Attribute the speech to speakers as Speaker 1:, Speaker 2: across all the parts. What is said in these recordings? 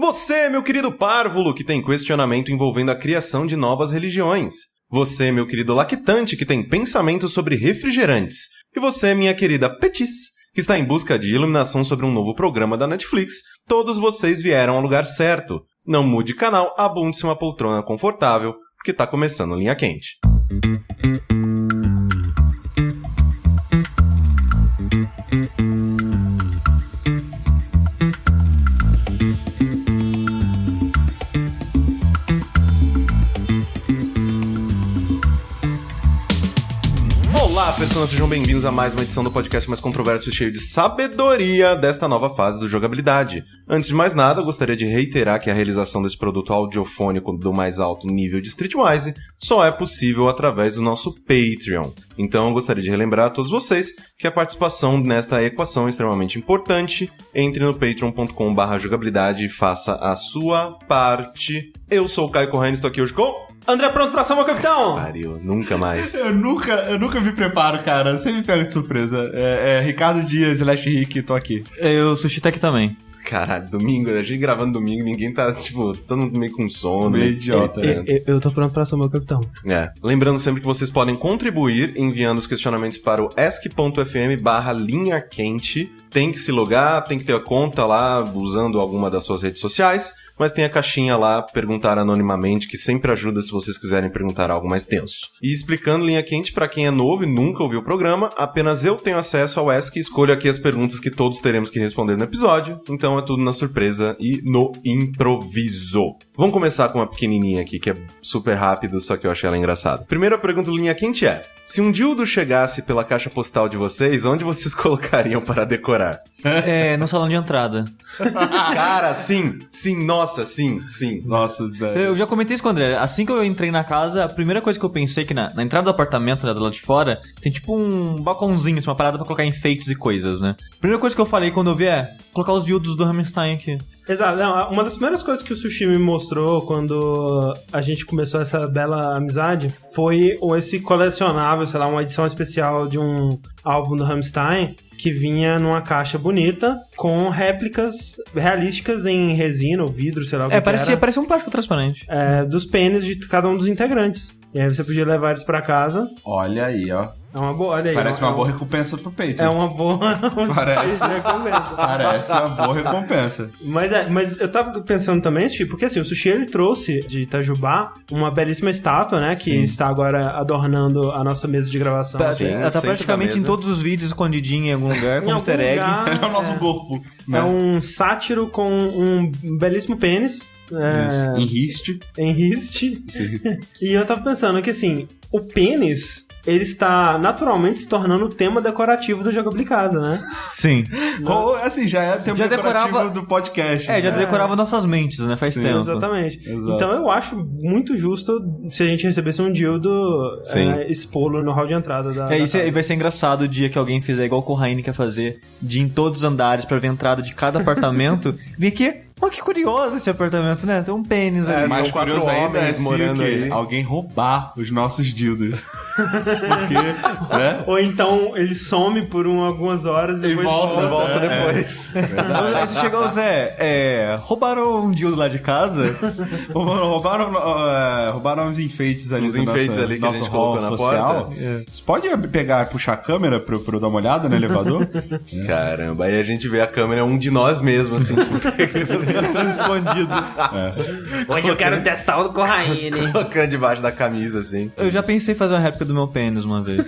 Speaker 1: Você, meu querido párvulo, que tem questionamento envolvendo a criação de novas religiões. Você, meu querido lactante, que tem pensamentos sobre refrigerantes. E você, minha querida Petis, que está em busca de iluminação sobre um novo programa da Netflix. Todos vocês vieram ao lugar certo. Não mude canal, abunde-se uma poltrona confortável, porque tá começando linha quente. Olá, pessoas, sejam bem-vindos a mais uma edição do podcast mais controverso e cheio de sabedoria desta nova fase do jogabilidade. Antes de mais nada, eu gostaria de reiterar que a realização desse produto audiofônico do mais alto nível de Streetwise só é possível através do nosso Patreon. Então, eu gostaria de relembrar a todos vocês que a participação nesta equação é extremamente importante. Entre no patreon.com/barra jogabilidade e faça a sua parte. Eu sou o Caio Corrêa e estou aqui hoje com.
Speaker 2: André, pronto pra salva, capitão?
Speaker 1: Pariu, nunca mais.
Speaker 3: Eu nunca, eu nunca me preparo, cara. Você me pega de surpresa. É, é Ricardo Dias, Last Rick, tô aqui.
Speaker 4: Eu, Sushi Tech também.
Speaker 1: Caralho, domingo, a gente gravando domingo, ninguém tá, tipo, todo mundo meio com sono.
Speaker 3: Meio idiota,
Speaker 1: né?
Speaker 2: Eu, tô pronto pra salvar o capitão.
Speaker 1: É. Lembrando sempre que vocês podem contribuir enviando os questionamentos para o ask.fm barra linha quente. Tem que se logar, tem que ter a conta lá, usando alguma das suas redes sociais, mas tem a caixinha lá, perguntar anonimamente, que sempre ajuda se vocês quiserem perguntar algo mais denso. E explicando linha quente, para quem é novo e nunca ouviu o programa, apenas eu tenho acesso ao ask e escolho aqui as perguntas que todos teremos que responder no episódio, então é tudo na surpresa e no improviso. Vamos começar com uma pequenininha aqui, que é super rápido, só que eu achei ela engraçada. Primeira pergunta do Linha Quente é... Se um dildo chegasse pela caixa postal de vocês, onde vocês colocariam para decorar?
Speaker 4: É, no salão de entrada.
Speaker 1: Cara, sim, sim, nossa, sim, sim.
Speaker 3: Nossa, velho.
Speaker 4: Eu já comentei isso com o André. Assim que eu entrei na casa, a primeira coisa que eu pensei é que na, na entrada do apartamento, né, do lado de fora, tem tipo um balcãozinho, assim, uma parada pra colocar enfeites e coisas, né? Primeira coisa que eu falei quando eu vi é colocar os dildos do Hammerstein aqui.
Speaker 2: Exato. Não, uma das primeiras coisas que o Sushi me mostrou quando a gente começou essa bela amizade foi o- esse colecionável, sei lá, uma edição especial de um álbum do Rammstein que vinha numa caixa bonita com réplicas realísticas em resina ou vidro, sei lá o que
Speaker 4: É,
Speaker 2: que
Speaker 4: parecia,
Speaker 2: era.
Speaker 4: parecia um plástico transparente.
Speaker 2: é, dos pênis de cada um dos integrantes. E aí você podia levar eles pra casa.
Speaker 3: Olha aí, ó.
Speaker 2: É uma boa, olha aí.
Speaker 3: Parece
Speaker 2: é
Speaker 3: uma boa recompensa pro peito.
Speaker 2: É uma boa.
Speaker 3: Parece.
Speaker 2: recompensa.
Speaker 3: Parece uma boa recompensa.
Speaker 2: Mas é, mas eu tava pensando também, Sushi, porque assim, o Sushi ele trouxe de Itajubá uma belíssima estátua, né? Que está agora adornando a nossa mesa de gravação.
Speaker 4: Tá,
Speaker 1: Sim,
Speaker 4: ela tá
Speaker 1: centro da
Speaker 4: praticamente
Speaker 1: mesa.
Speaker 4: em todos os vídeos escondidinha em algum lugar,
Speaker 2: Em
Speaker 4: como
Speaker 2: algum
Speaker 4: easter egg.
Speaker 2: lugar,
Speaker 3: É o nosso corpo.
Speaker 2: é,
Speaker 3: né?
Speaker 2: é um sátiro com um belíssimo pênis. É,
Speaker 3: Isso. Em riste.
Speaker 2: em riste. E eu tava pensando que assim, o pênis. Ele está naturalmente se tornando o tema decorativo do Jogo Casa, né?
Speaker 4: Sim.
Speaker 3: Ou, assim, já é tempo
Speaker 4: Já
Speaker 3: decorativo
Speaker 4: decorava-
Speaker 3: do podcast.
Speaker 4: É, já
Speaker 3: né?
Speaker 4: decorava nossas mentes, né? Faz
Speaker 3: Sim,
Speaker 4: tempo.
Speaker 2: Exatamente.
Speaker 3: Exato.
Speaker 2: Então eu acho muito justo se a gente recebesse um dildo
Speaker 1: Sim.
Speaker 2: é, expô-lo no hall de entrada
Speaker 3: Tá,
Speaker 2: da.
Speaker 4: É,
Speaker 2: da
Speaker 4: isso é-
Speaker 2: casa.
Speaker 4: e vai ser engraçado o dia que alguém fizer igual o Corraine quer fazer, de ir em todos os andares pra ver a entrada de cada apartamento. Vem aqui, ó, que curioso esse apartamento, né? Tem um pênis
Speaker 3: É,
Speaker 4: ali.
Speaker 1: Mas-
Speaker 3: mais
Speaker 1: são quatro
Speaker 3: curioso ainda
Speaker 1: homens
Speaker 3: é se
Speaker 1: morando
Speaker 3: o quê?
Speaker 1: aí.
Speaker 3: alguém roubar os nossos dildos. Porque, né?
Speaker 2: Ou então ele some por um, algumas horas depois
Speaker 3: volta,
Speaker 1: Volta
Speaker 3: É, é.
Speaker 1: depois.
Speaker 4: Aí você chega, ô Zé, é, roubaram um dildo lá de casa?
Speaker 3: Roubaram, roubaram, ó, é, roubaram uns enfeites ali
Speaker 1: Uns
Speaker 3: do nosso-
Speaker 1: enfeites ali que
Speaker 3: nosso
Speaker 1: a gente
Speaker 3: hall
Speaker 1: colocou na
Speaker 3: social.
Speaker 1: porta.
Speaker 3: Você pode pegar, puxar a câmera pra, eu- pra eu dar uma olhada no elevador?
Speaker 1: Caramba, aí a gente vê a câmera, um de nós mesmo, assim.
Speaker 4: Tudo escondido.
Speaker 2: Hoje eu quero testar o Corraine.
Speaker 1: colocando debaixo da camisa, assim.
Speaker 4: Eu já pensei em fazer uma réplica do meu pênis uma vez.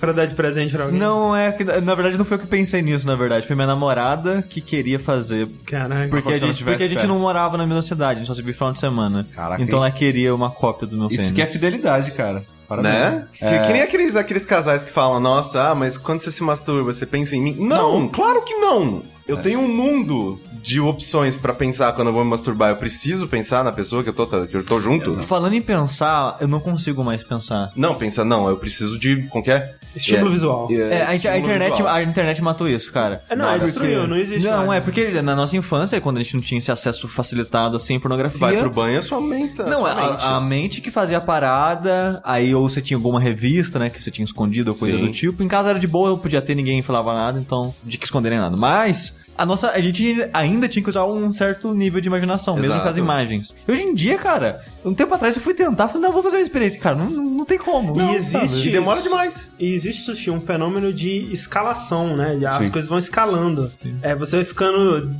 Speaker 2: pra dar de presente pra alguém.
Speaker 4: Não é que. Na verdade, não foi eu que pensei nisso, na verdade. Foi minha namorada que queria fazer.
Speaker 2: Caraca.
Speaker 4: Porque a
Speaker 3: você não
Speaker 4: gente,
Speaker 3: tivesse
Speaker 4: porque a gente
Speaker 3: perto.
Speaker 4: não morava na mesma cidade, a gente só se via final de semana.
Speaker 3: Caraca,
Speaker 4: então
Speaker 3: hein?
Speaker 4: ela queria uma cópia do meu pênis.
Speaker 3: Isso que é fidelidade, cara. Parabéns. É,
Speaker 1: Né? Que, que nem aqueles, aqueles casais que falam, nossa, ah, mas quando você se masturba, você pensa em mim. Não, claro que não! Eu tenho um mundo de opções pra pensar quando eu vou me masturbar. Eu preciso pensar na pessoa que eu tô, que eu tô junto.
Speaker 4: Falando em pensar, eu não consigo mais pensar.
Speaker 1: Não, pensa, não, eu preciso de. Como que é?
Speaker 2: Estímulo
Speaker 1: É,
Speaker 2: visual.
Speaker 1: é,
Speaker 4: É, a,
Speaker 1: estímulo
Speaker 4: a internet,
Speaker 1: visual.
Speaker 4: a internet matou isso, cara.
Speaker 2: É, não, é
Speaker 4: Porque-
Speaker 2: destruiu, não existe
Speaker 4: Não,
Speaker 2: mais. né?
Speaker 4: é porque na nossa infância, quando a gente não tinha esse acesso facilitado assim à pornografia.
Speaker 1: Vai pro banho, a sua aumenta.
Speaker 4: Não,
Speaker 1: sua
Speaker 4: a-
Speaker 1: mente.
Speaker 4: a, mente que fazia a parada, aí ou você tinha alguma revista, né, que você tinha escondido ou coisa
Speaker 1: Sim.
Speaker 4: do tipo. Em casa era de boa, não podia ter ninguém falava nada, então não tinha que esconder nem nada. Mas a nossa. A gente ainda tinha que usar um certo nível de imaginação, mesmo
Speaker 1: Exato.
Speaker 4: com as imagens. E hoje em dia, cara, um tempo atrás eu fui tentar, falei, não, vou fazer uma experiência. Cara, não, não não tem como.
Speaker 2: E
Speaker 4: Não,
Speaker 2: existe.
Speaker 1: E demora demais.
Speaker 2: E existe, Sushi, um fenômeno de escalação, né? E As
Speaker 3: Sim.
Speaker 2: coisas vão escalando. É, você vai ficando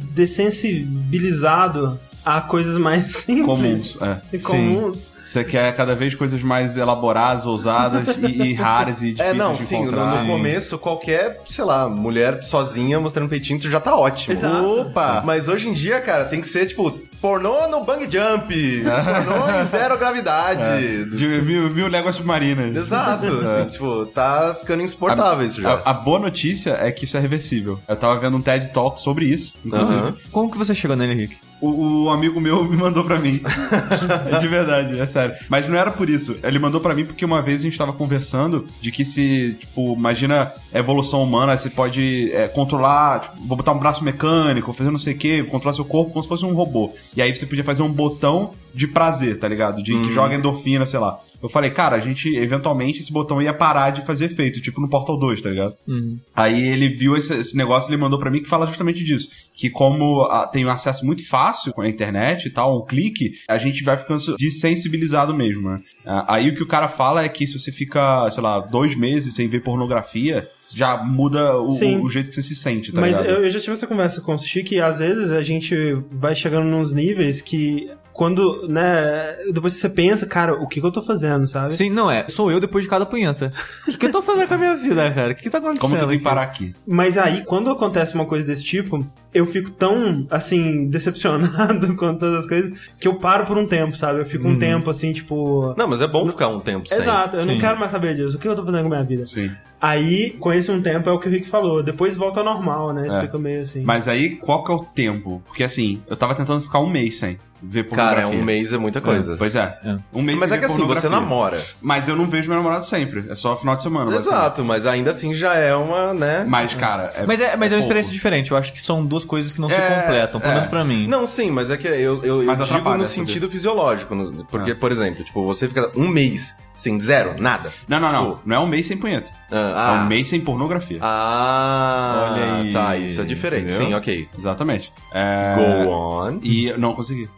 Speaker 2: dessensibilizado a coisas mais simples.
Speaker 3: Comuns, é.
Speaker 2: E
Speaker 3: Sim.
Speaker 2: comuns.
Speaker 1: é?
Speaker 3: Você quer cada vez coisas mais elaboradas, ousadas e, e raras e
Speaker 1: É,
Speaker 3: difíceis
Speaker 1: não,
Speaker 3: de
Speaker 1: sim,
Speaker 3: encontrar.
Speaker 1: no, no começo, qualquer, sei lá, mulher sozinha mostrando peitinho já tá ótimo.
Speaker 2: Exato.
Speaker 1: Opa! Mas hoje em dia, cara, tem que ser tipo pornô no bang jump, pornô em zero gravidade.
Speaker 3: De mil, mil léguas submarinas. É.
Speaker 1: Exato, assim, tipo, tá ficando insuportável isso já.
Speaker 3: A, a boa notícia é que isso é reversível. Eu tava vendo um TED Talk sobre isso, inclusive.
Speaker 1: Aham.
Speaker 4: Como que você chegou nele, Henrique?
Speaker 3: O, o amigo meu me mandou pra mim. É de verdade, é sério. Mas não era por isso. Ele mandou pra mim porque uma vez a gente tava conversando de que se, tipo, imagina a evolução humana, você pode é, controlar, tipo, vou botar um braço mecânico, fazer não sei o quê, controlar seu corpo como se fosse um robô. E aí você podia fazer um botão de prazer, tá ligado? De que joga endorfina, sei lá. Eu falei, cara, a gente, eventualmente, esse botão ia parar de fazer efeito, tipo no Portal 2, tá ligado? Aí ele viu esse, esse negócio e ele mandou pra mim que fala justamente disso. Que como ah, tem um acesso muito fácil com a internet e tal, um clique, a gente vai ficando desensibilizado mesmo, né? Ah, Aí o que o cara fala é que se você fica, sei lá, dois meses sem ver pornografia, já muda o,
Speaker 2: Sim.
Speaker 3: o jeito que você se sente, tá
Speaker 2: Mas
Speaker 3: ligado?
Speaker 2: eu, eu já tive essa conversa com o Sushi que às vezes a gente vai chegando nos níveis que quando, né, depois você pensa, cara, o que, que eu tô fazendo, sabe?
Speaker 4: Sim, não é. Sou eu depois de cada punheta. O que, que eu tô fazendo com a minha vida, cara? O que, que tá acontecendo?
Speaker 3: Como que eu tenho
Speaker 4: aqui?
Speaker 3: que parar aqui?
Speaker 2: Mas aí, quando acontece uma coisa desse tipo, eu fico tão, assim, decepcionado com todas as coisas, que eu paro por um tempo, sabe? Eu fico um tempo, assim, tipo...
Speaker 1: Não, mas é bom ficar um tempo sem.
Speaker 2: Exato, eu
Speaker 4: sim.
Speaker 2: não quero mais saber disso. O que eu tô fazendo com a minha vida?
Speaker 3: Sim.
Speaker 2: Aí, com esse um tempo, é o que o Rick falou. Depois volta ao normal, né? Isso
Speaker 3: É.
Speaker 2: fica meio assim...
Speaker 3: Mas aí, qual que é o tempo? Porque assim, eu tava tentando ficar um mês sem ver pornografia.
Speaker 1: Cara, um mês é muita coisa.
Speaker 3: É, Pois é.
Speaker 4: É.
Speaker 3: Um mês
Speaker 1: Mas
Speaker 3: sem
Speaker 1: é que
Speaker 3: ver
Speaker 1: assim, você
Speaker 3: pornografia.
Speaker 1: namora.
Speaker 3: Mas eu não vejo meu namorado sempre. É só final de semana. basicamente.
Speaker 1: Exato, mas ainda assim já é uma, né?
Speaker 3: Mas, cara, é,
Speaker 4: Mas é, mas é uma
Speaker 3: pouco.
Speaker 4: experiência diferente. Eu acho que são duas coisas que não se
Speaker 1: É,
Speaker 4: completam, pelo
Speaker 1: é.
Speaker 4: menos pra mim.
Speaker 1: Não, sim, mas é que eu, eu, eu
Speaker 3: Mas
Speaker 1: digo
Speaker 3: atrapalha, Ah.
Speaker 1: no
Speaker 3: sabe?
Speaker 1: sentido fisiológico. no- porque, por exemplo, tipo, você fica um mês sem zero, nada.
Speaker 3: Não, não, não.
Speaker 1: Tipo,
Speaker 3: Não é um mês sem punheta.
Speaker 1: ah,
Speaker 3: É um mês sem pornografia.
Speaker 1: Ah,
Speaker 3: Olha aí,
Speaker 1: tá, isso é diferente.
Speaker 3: entendeu?
Speaker 1: Sim, ok.
Speaker 4: Ah.
Speaker 3: Exatamente. É...
Speaker 1: Go on.
Speaker 3: E eu não consegui.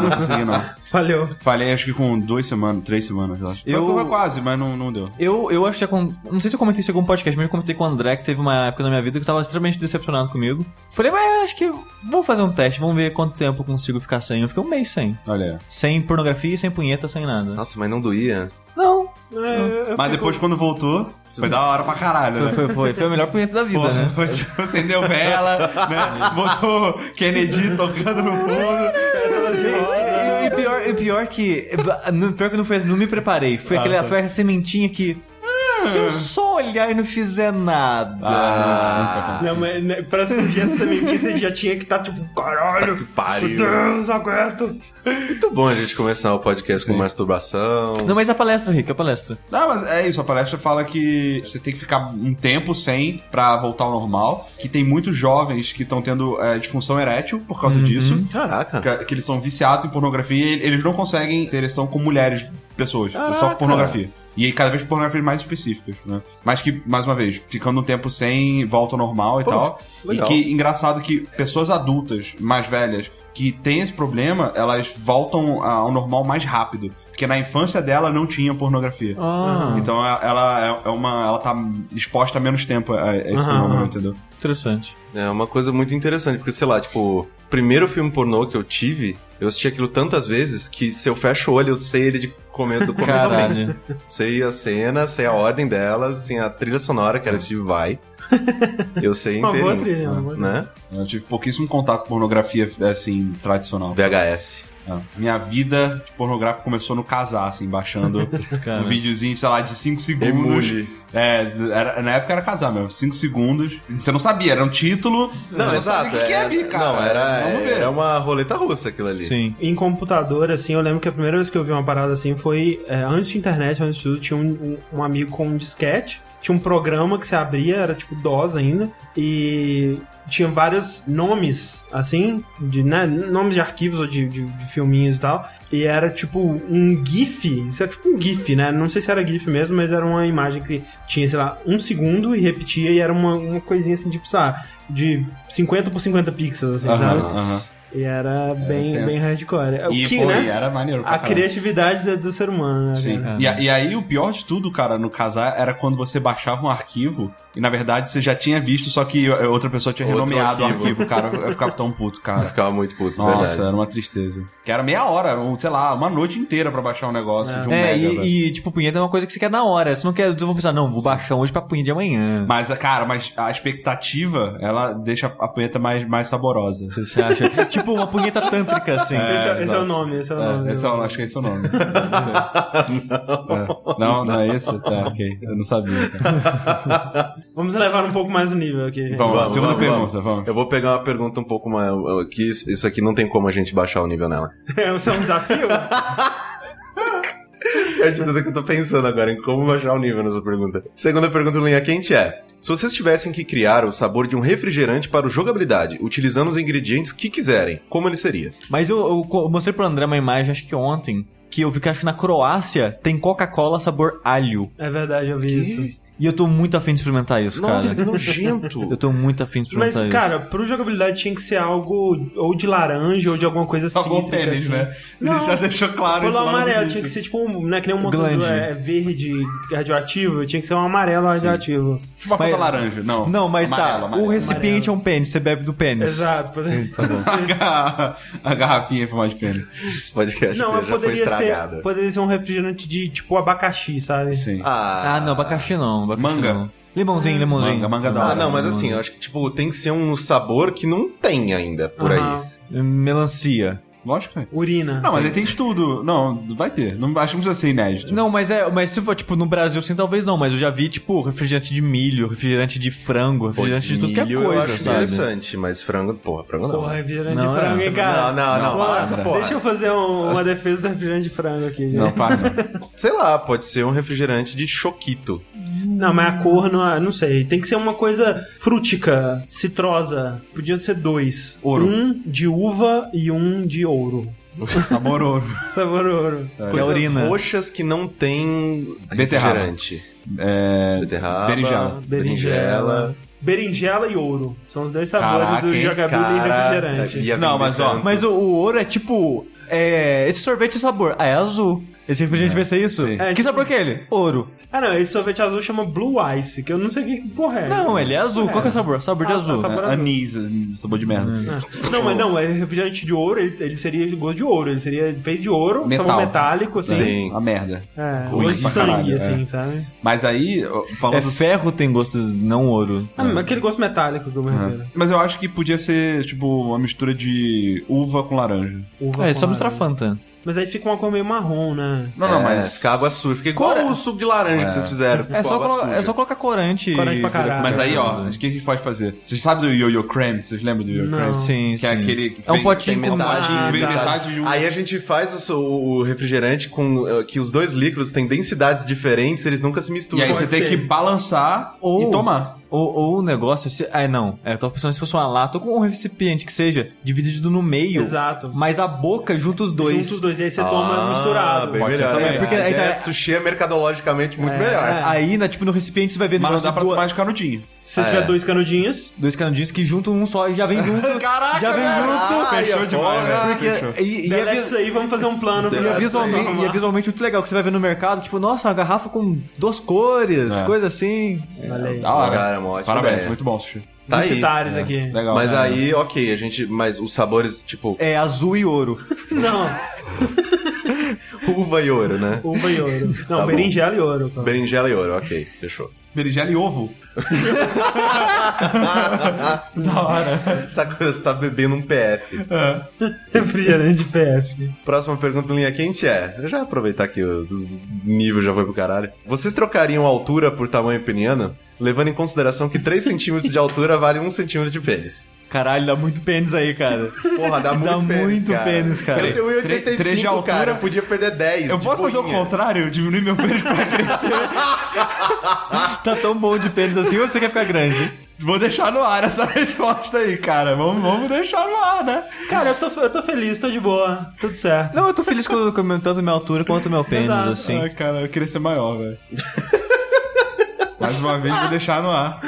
Speaker 3: não consegui, não.
Speaker 2: Valeu.
Speaker 3: Falei acho que com duas semanas, três semanas, eu acho.
Speaker 4: Eu-
Speaker 3: Eu... Foi quase, mas não, não deu.
Speaker 4: Eu, eu acho que já. con- Não sei se eu comentei isso em algum podcast, mas eu comentei com o André que teve uma época na minha vida que eu tava extremamente decepcionado comigo. Falei, mas eu acho que eu vou fazer um teste, vamos ver quanto tempo eu consigo ficar sem. Eu fiquei um mês sem.
Speaker 3: Olha aí.
Speaker 4: Sem pornografia, sem punheta, sem nada.
Speaker 1: Nossa, mas não doía.
Speaker 4: Não.
Speaker 2: É, eu- eu
Speaker 3: Mas
Speaker 2: fico-
Speaker 3: depois, quando voltou, foi da hora pra caralho,
Speaker 4: Foi,
Speaker 3: né?
Speaker 4: foi, foi. Foi a melhor punheta da vida,
Speaker 3: Porra,
Speaker 4: né?
Speaker 3: foi, tipo, acendeu vela, né? Botou Kennedy tocando no
Speaker 4: E,
Speaker 3: fundo.
Speaker 4: e- e pior, e pior que. no- Pior que não foi não me preparei. Foi,
Speaker 3: Ah,
Speaker 4: aquele,
Speaker 3: tá.
Speaker 4: foi a sementinha que. Se eu só olhar e não fizer nada.
Speaker 3: Ah,
Speaker 2: Não, mas né, pra surgir essa mentira, você já tinha que estar tipo, caralho,
Speaker 1: Que
Speaker 2: meu
Speaker 1: pariu.
Speaker 2: Deus, não aguento.
Speaker 1: Muito bom a gente começar o podcast com masturbação.
Speaker 4: Não, mas a palestra, Rick, a palestra.
Speaker 3: Não, mas é isso, a palestra fala que você tem que ficar um tempo sem pra voltar ao normal, que tem muitos jovens que estão tendo é, disfunção erétil por
Speaker 1: Uhum.
Speaker 3: causa disso,
Speaker 1: Caraca.
Speaker 3: que, que eles são viciados em pornografia e eles não conseguem ter ereção com mulheres, pessoas, é só
Speaker 1: Caraca.
Speaker 3: com pornografia. E aí cada vez pornografias mais específicas, né? Mas que, mais uma vez, ficando um tempo sem volta ao normal e
Speaker 1: Pô,
Speaker 3: tal.
Speaker 1: legal.
Speaker 3: E que engraçado que pessoas adultas, mais velhas, que têm esse problema, elas voltam a- ao normal mais rápido. Porque na infância dela não tinha pornografia.
Speaker 4: Ah,
Speaker 3: Então a- ela é- é uma. Ela tá exposta a menos tempo a a esse
Speaker 2: Aham,
Speaker 3: fenômeno,
Speaker 2: aham.
Speaker 3: entendeu?
Speaker 4: interessante.
Speaker 1: É uma coisa muito interessante, porque sei lá, tipo, o primeiro filme pornô que eu tive, eu assisti aquilo tantas vezes que se eu fecho o olho, eu sei ele de começo do começo ao fim.
Speaker 4: Caralho.
Speaker 1: Sei a cena, sei a ordem delas, assim, a trilha sonora, que era de vai. Eu sei
Speaker 2: Uma boa
Speaker 1: inteirinho,
Speaker 2: trilha, uma boa trilha.
Speaker 1: né?
Speaker 3: Eu tive pouquíssimo contato com pornografia, assim, tradicional.
Speaker 1: VHS.
Speaker 3: É. Minha vida de pornográfico começou no casar, assim, baixando
Speaker 4: Cara.
Speaker 3: um videozinho, sei lá, de 5 segundos.
Speaker 1: Emule.
Speaker 3: É, era- na época era casar mesmo, 5 segundos. Você não sabia, era um título. você
Speaker 1: Não, exato.
Speaker 3: sabia O que, que é, vir, cara?
Speaker 1: Não, era,
Speaker 3: Vamos ver.
Speaker 1: era uma roleta russa aquilo ali.
Speaker 4: Sim.
Speaker 2: Em computador, assim, eu lembro que a primeira vez que eu vi uma parada assim foi é, antes de internet, antes de tudo, tinha um, um- um amigo com um disquete. Tinha um programa que você abria, era tipo DOS ainda, e tinha vários nomes, assim, de, né, nomes de arquivos ou de, de- de filminhos e tal. E era tipo um GIF, isso era tipo um GIF, né? Não sei se era GIF mesmo, mas era uma imagem que tinha, sei lá, um segundo e repetia e era uma, uma coisinha assim, tipo, sei lá, de 50 por 50 pixels, assim, sabe?
Speaker 3: Aham, aham.
Speaker 2: E era bem,
Speaker 3: tenso.
Speaker 2: bem hardcore. É, O
Speaker 3: E,
Speaker 2: que,
Speaker 3: pô,
Speaker 2: né?
Speaker 3: e era maneiro pra
Speaker 2: A
Speaker 3: caralho.
Speaker 2: criatividade do, do ser humano, né?
Speaker 3: Sim.
Speaker 4: É.
Speaker 2: cara?
Speaker 3: E, a- e aí o pior de tudo, cara, no casar era quando você baixava um arquivo e na verdade você já tinha visto, só que eh, outra pessoa tinha
Speaker 1: Outro
Speaker 3: renomeado
Speaker 1: arquivo.
Speaker 3: o arquivo, cara. Eu eu ficava tão puto,
Speaker 1: Eu
Speaker 3: cara.
Speaker 1: ficava muito puto,
Speaker 3: Nossa,
Speaker 1: verdade.
Speaker 3: era um- uma tristeza. Que era meia hora, um, sei lá, uma noite inteira pra baixar um negócio de um
Speaker 4: É,
Speaker 3: mega, velho.
Speaker 4: e, e, tipo, punheta é uma coisa que você quer na hora. Você não quer desenvolver, pensar, não, vou baixar hoje pra punha de amanhã.
Speaker 3: Mas, cara, mas a expectativa, ela deixa a punheta mais, mais saborosa.
Speaker 4: Você acha? tipo, uma punheta tântrica, assim.
Speaker 2: Esse, é, esse é
Speaker 3: exato.
Speaker 2: o nome, esse é o nome.
Speaker 3: É, esse é o, acho que é esse o nome. É. Não, não é esse? Tá, ok. Eu não sabia. cara.
Speaker 2: Vamos elevar um pouco mais o nível aqui. gente.
Speaker 3: Vamos lá, segunda pergunta, vamos.
Speaker 1: Eu vou pegar uma pergunta um pouco mais. Que isso isso aqui não tem como a gente baixar o nível nela.
Speaker 2: Isso é um desafio?
Speaker 1: É de tudo que eu tô pensando agora, em como baixar o nível nessa pergunta. Segunda pergunta do Linha Quente é: Se vocês tivessem que criar o sabor de um refrigerante para o jogabilidade, utilizando os ingredientes que quiserem, como ele seria?
Speaker 4: Mas eu, eu co- eu mostrei pro André uma imagem, acho que ontem, que eu vi que acho que na Croácia tem Coca-Cola sabor alho.
Speaker 2: É verdade, eu vi isso.
Speaker 4: E eu tô muito afim de experimentar isso,
Speaker 1: Nossa,
Speaker 4: cara.
Speaker 1: que nojento!
Speaker 4: Eu tô muito afim de
Speaker 2: Mas,
Speaker 4: experimentar isso.
Speaker 2: cara, pro jogabilidade tinha que ser algo ou de laranja ou de alguma coisa
Speaker 3: Só com o
Speaker 2: cítrica,
Speaker 3: pênis,
Speaker 2: assim.
Speaker 3: né? Ele
Speaker 2: Não.
Speaker 3: já deixou claro
Speaker 2: Pelo
Speaker 3: lá no
Speaker 2: amarelo,
Speaker 3: início.
Speaker 2: tinha que ser tipo, um- né, que nem um motor
Speaker 4: Glande.
Speaker 2: é, verde radioativo, tinha que ser um amarelo radioativo.
Speaker 3: Tipo uma
Speaker 4: Mas-
Speaker 3: Fanta laranja, não.
Speaker 4: Não, mas
Speaker 3: Amarelo,
Speaker 4: tá,
Speaker 3: amarelo.
Speaker 4: o recipiente é um pênis, você bebe do pênis.
Speaker 2: Exato.
Speaker 4: Tá bom.
Speaker 3: A garra- A garrafinha foi mais pena.
Speaker 1: Esse podcast
Speaker 2: Não,
Speaker 1: já foi
Speaker 2: poderia
Speaker 1: estragado.
Speaker 2: ser, poderia ser um refrigerante de tipo abacaxi, sabe?
Speaker 3: Sim.
Speaker 1: Ah,
Speaker 4: Ah, não, abacaxi não, abacaxi
Speaker 3: Manga.
Speaker 4: não. Limãozinho, limãozinho.
Speaker 3: Manga, manga da
Speaker 1: Ah,
Speaker 3: hora.
Speaker 1: não, mas assim, eu acho que, tipo, tem que ser um sabor que não tem ainda por aí.
Speaker 4: Ah,
Speaker 2: Aham.
Speaker 4: Melancia.
Speaker 3: Lógico que é.
Speaker 2: Urina.
Speaker 3: Não, mas aí tem de tudo. Não, vai ter. Não, acho que não precisa ser inédito.
Speaker 4: Não, mas é, mas se for tipo no Brasil sim, talvez não, mas eu já vi tipo refrigerante de milho, refrigerante de frango, refrigerante de, tudo que é
Speaker 1: Milho eu
Speaker 4: coisa,
Speaker 1: acho
Speaker 4: sabe?
Speaker 1: interessante, mas frango, porra, frango não.
Speaker 2: Porra, refrigerante
Speaker 4: Não,
Speaker 2: de frango,
Speaker 4: é.
Speaker 2: hein,
Speaker 1: Não,
Speaker 2: cara?
Speaker 1: não, não,
Speaker 2: Porra,
Speaker 1: para essa porra.
Speaker 2: Deixa eu fazer um- uma defesa do refrigerante de frango aqui, gente.
Speaker 3: Não,
Speaker 2: Não,
Speaker 3: faz não.
Speaker 1: Sei lá, pode ser um refrigerante de choquito.
Speaker 2: mas a cor, não, é, não sei. Tem que ser uma coisa frútica, citrosa. Podia ser dois.
Speaker 3: Ouro.
Speaker 2: Um de uva e um de ouro.
Speaker 3: Sabor ouro.
Speaker 2: Sabor ouro.
Speaker 1: Que Coisas
Speaker 4: é urina.
Speaker 1: roxas que não tem
Speaker 3: É. Beterraba.
Speaker 1: refrigerante.
Speaker 3: É.
Speaker 1: Beterraba,
Speaker 3: Berinjela.
Speaker 1: berinjela.
Speaker 2: Berinjela. Berinjela e ouro. São os dois sabores
Speaker 3: Caraca,
Speaker 2: do
Speaker 3: hein?
Speaker 2: jogabilidade e
Speaker 1: Caraca,
Speaker 2: refrigerante.
Speaker 1: ia
Speaker 3: Não,
Speaker 1: vender
Speaker 3: mas, ó,
Speaker 1: tanto.
Speaker 4: Mas o, o ouro é tipo. É, esse sorvete é sabor. Ah, é azul. Esse refrigerante vai ser isso?
Speaker 3: Sim.
Speaker 2: É,
Speaker 4: que
Speaker 2: tipo-
Speaker 4: sabor que é ele? Ouro.
Speaker 2: Ah, não. Esse sorvete azul chama Blue Ice, que eu não sei que porra é.
Speaker 4: Não, ele é azul. Qual que é o sabor? Sabor de
Speaker 2: Ah,
Speaker 4: azul.
Speaker 2: sabor-
Speaker 3: é, Anis, sabor de merda.
Speaker 2: Não, mas não, é refrigerante de ouro, ele, ele seria gosto de ouro, ele seria fez de ouro,
Speaker 3: Metal.
Speaker 2: sabor metálico, assim.
Speaker 1: Sim.
Speaker 3: Né? A merda.
Speaker 2: É,
Speaker 3: Ruim
Speaker 2: gosto de
Speaker 3: pra
Speaker 2: sangue,
Speaker 3: caralho,
Speaker 2: assim, sabe?
Speaker 3: Mas aí, ó,
Speaker 4: É
Speaker 3: falando.
Speaker 4: ferro tem gosto, não ouro.
Speaker 2: Ah, mas aquele gosto metálico que eu me refiro.
Speaker 3: Mas eu acho que podia ser, tipo, uma mistura de uva com laranja.
Speaker 2: Uva
Speaker 4: É, é
Speaker 2: com
Speaker 4: só mostrar
Speaker 2: laranja.
Speaker 4: Fanta.
Speaker 2: Mas aí fica uma cor meio marrom, né?
Speaker 3: Não, não,
Speaker 1: É,
Speaker 3: mas. é?
Speaker 1: Fica água suja. Fica igual
Speaker 4: Cora-
Speaker 1: o suco de laranja que vocês fizeram.
Speaker 3: Tipo
Speaker 4: É só,
Speaker 1: Ficou água
Speaker 4: colo- é
Speaker 1: suja.
Speaker 4: só colocar corante.
Speaker 2: Corante pra caralho.
Speaker 3: Mas aí, ó, o que a gente pode fazer? Vocês sabem do Yo-Yo Creme? Vocês lembram do Yo-Yo
Speaker 2: Não.
Speaker 3: Creme?
Speaker 4: Sim,
Speaker 3: Que
Speaker 4: sim.
Speaker 3: é aquele que
Speaker 4: É um
Speaker 3: vem-
Speaker 4: potinho
Speaker 1: tem
Speaker 4: com
Speaker 1: metade,
Speaker 4: Ah,
Speaker 3: vem
Speaker 4: tá.
Speaker 3: metade de um.
Speaker 1: Aí a gente faz o, so- o refrigerante com eh, que os dois líquidos têm densidades diferentes, eles nunca se
Speaker 3: E
Speaker 1: misturam.
Speaker 3: aí você
Speaker 2: Pode
Speaker 3: tem
Speaker 2: ser.
Speaker 3: que balançar
Speaker 4: Ou-
Speaker 3: e tomar.
Speaker 4: Ou, ou um negócio. Se, ah, não. É, eu tava pensando se fosse uma lata ou com um recipiente que seja dividido no meio.
Speaker 2: Exato.
Speaker 4: Mas a boca junta os dois.
Speaker 2: Juntos os dois, e aí você
Speaker 1: Ah,
Speaker 2: toma misturado.
Speaker 1: Bem
Speaker 3: Pode ser
Speaker 1: melhor.
Speaker 3: também. Ah,
Speaker 1: É,
Speaker 4: Porque
Speaker 1: porque a
Speaker 4: aí
Speaker 1: ideia
Speaker 4: tá-
Speaker 1: de sushi é mercadologicamente muito
Speaker 2: É,
Speaker 1: melhor.
Speaker 2: é.
Speaker 4: Aí, na, tipo, no recipiente você vai ver
Speaker 3: Mas não
Speaker 4: negócio
Speaker 3: dá pra
Speaker 4: duas-
Speaker 3: tomar de canudinho.
Speaker 2: Se você
Speaker 1: Ah,
Speaker 2: tiver
Speaker 1: é.
Speaker 2: dois canudinhos,
Speaker 4: dois canudinhos que juntam um só e já vem junto.
Speaker 1: Ah, Caraca,
Speaker 4: já vem
Speaker 1: velho.
Speaker 4: junto.
Speaker 1: Ai,
Speaker 3: Fechou
Speaker 1: é
Speaker 3: demais,
Speaker 1: porra.
Speaker 3: velho.
Speaker 4: Porque,
Speaker 3: fechou.
Speaker 4: e, e, é,
Speaker 2: delete
Speaker 4: vi-
Speaker 2: isso aí, vamos fazer um plano. pra
Speaker 4: e é
Speaker 1: Delete isso aí.
Speaker 4: visualmente, e é visualmente muito legal, que você vai ver no mercado, tipo, nossa, uma garrafa com duas cores,
Speaker 3: É.
Speaker 4: coisa assim.
Speaker 2: Olha aí.
Speaker 3: Da hora.
Speaker 1: Cara, é uma ótima
Speaker 3: Parabéns,
Speaker 1: ideia.
Speaker 3: muito bom, Sushi.
Speaker 1: Tá aí.
Speaker 2: Publicitários aqui.
Speaker 3: Legal.
Speaker 1: Mas
Speaker 3: né?
Speaker 1: aí, ok, a gente. Mas os sabores, tipo,
Speaker 4: É azul e ouro.
Speaker 2: Não,
Speaker 1: uva e ouro, né?
Speaker 2: uva e ouro. Não,
Speaker 1: bom.
Speaker 2: berinjela e ouro. cara.
Speaker 1: Berinjela e ouro, ok, fechou.
Speaker 3: Berinjela e ovo.
Speaker 2: Da hora.
Speaker 1: Essa coisa você tá bebendo um PF.
Speaker 2: Refrigerante de PF.
Speaker 1: Próxima pergunta do Linha Quente é. Eu já aproveitar que o do- nível já foi pro caralho. Vocês trocariam altura por tamanho peniano? Levando em consideração que 3 centímetros de altura vale 1 centímetro de pênis.
Speaker 4: Caralho, dá muito pênis aí, cara.
Speaker 1: Porra, dá muito
Speaker 4: Dá
Speaker 1: pênis,
Speaker 4: muito
Speaker 1: cara.
Speaker 4: pênis, cara.
Speaker 1: Eu tenho
Speaker 3: Tre- três
Speaker 1: 1,85,
Speaker 3: de altura.
Speaker 1: cara. Eu podia perder 10.
Speaker 3: Eu
Speaker 1: de
Speaker 3: posso fazer o
Speaker 1: boinha.
Speaker 3: contrário? Diminuir meu pênis pra crescer?
Speaker 4: Tá tão bom de pênis assim ou você quer ficar grande?
Speaker 3: Vou deixar no ar essa resposta aí, cara. Vamos, vamos deixar no ar, né?
Speaker 2: Cara, eu tô, eu tô feliz, tô de boa, tudo certo.
Speaker 4: Não, eu tô feliz com, com meu- tanto minha altura quanto meu pênis,
Speaker 2: Exato.
Speaker 4: assim.
Speaker 3: Ah, cara, eu queria ser maior, velho. Mais uma vez, vou deixar no ar.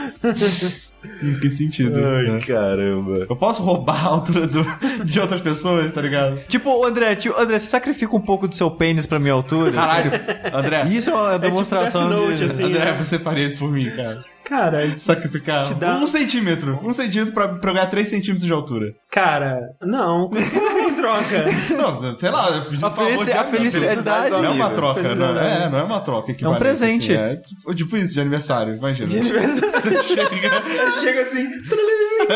Speaker 3: em que sentido? né?
Speaker 1: Ai, caramba.
Speaker 3: Eu posso roubar a altura do- de outras pessoas, tá ligado?
Speaker 4: Tipo, ô, André, tio, André, você sacrifica um pouco do seu pênis pra minha altura?
Speaker 3: Caralho, André.
Speaker 4: Isso é uma demonstração
Speaker 2: Death Note,
Speaker 4: de...
Speaker 2: assim.
Speaker 3: André,
Speaker 2: né?
Speaker 3: você faria isso por mim, cara.
Speaker 2: Cara,
Speaker 3: Sacrificar
Speaker 2: Te dá-
Speaker 3: um centímetro. Um centímetro pra, pra eu ganhar três centímetros de altura.
Speaker 2: cara, não. em troca.
Speaker 3: Não, sei lá. eu pedi
Speaker 4: A
Speaker 3: um favor
Speaker 4: felici-
Speaker 3: de
Speaker 4: a
Speaker 3: amigo.
Speaker 4: felicidade
Speaker 3: Não é uma
Speaker 1: amigo.
Speaker 3: troca, não é?
Speaker 2: Felicidade.
Speaker 3: É, não é uma troca. Que
Speaker 4: É um
Speaker 3: parece,
Speaker 4: presente.
Speaker 3: assim, é tipo- tipo isso, de aniversário, imagina. Você chega.
Speaker 2: Chega assim,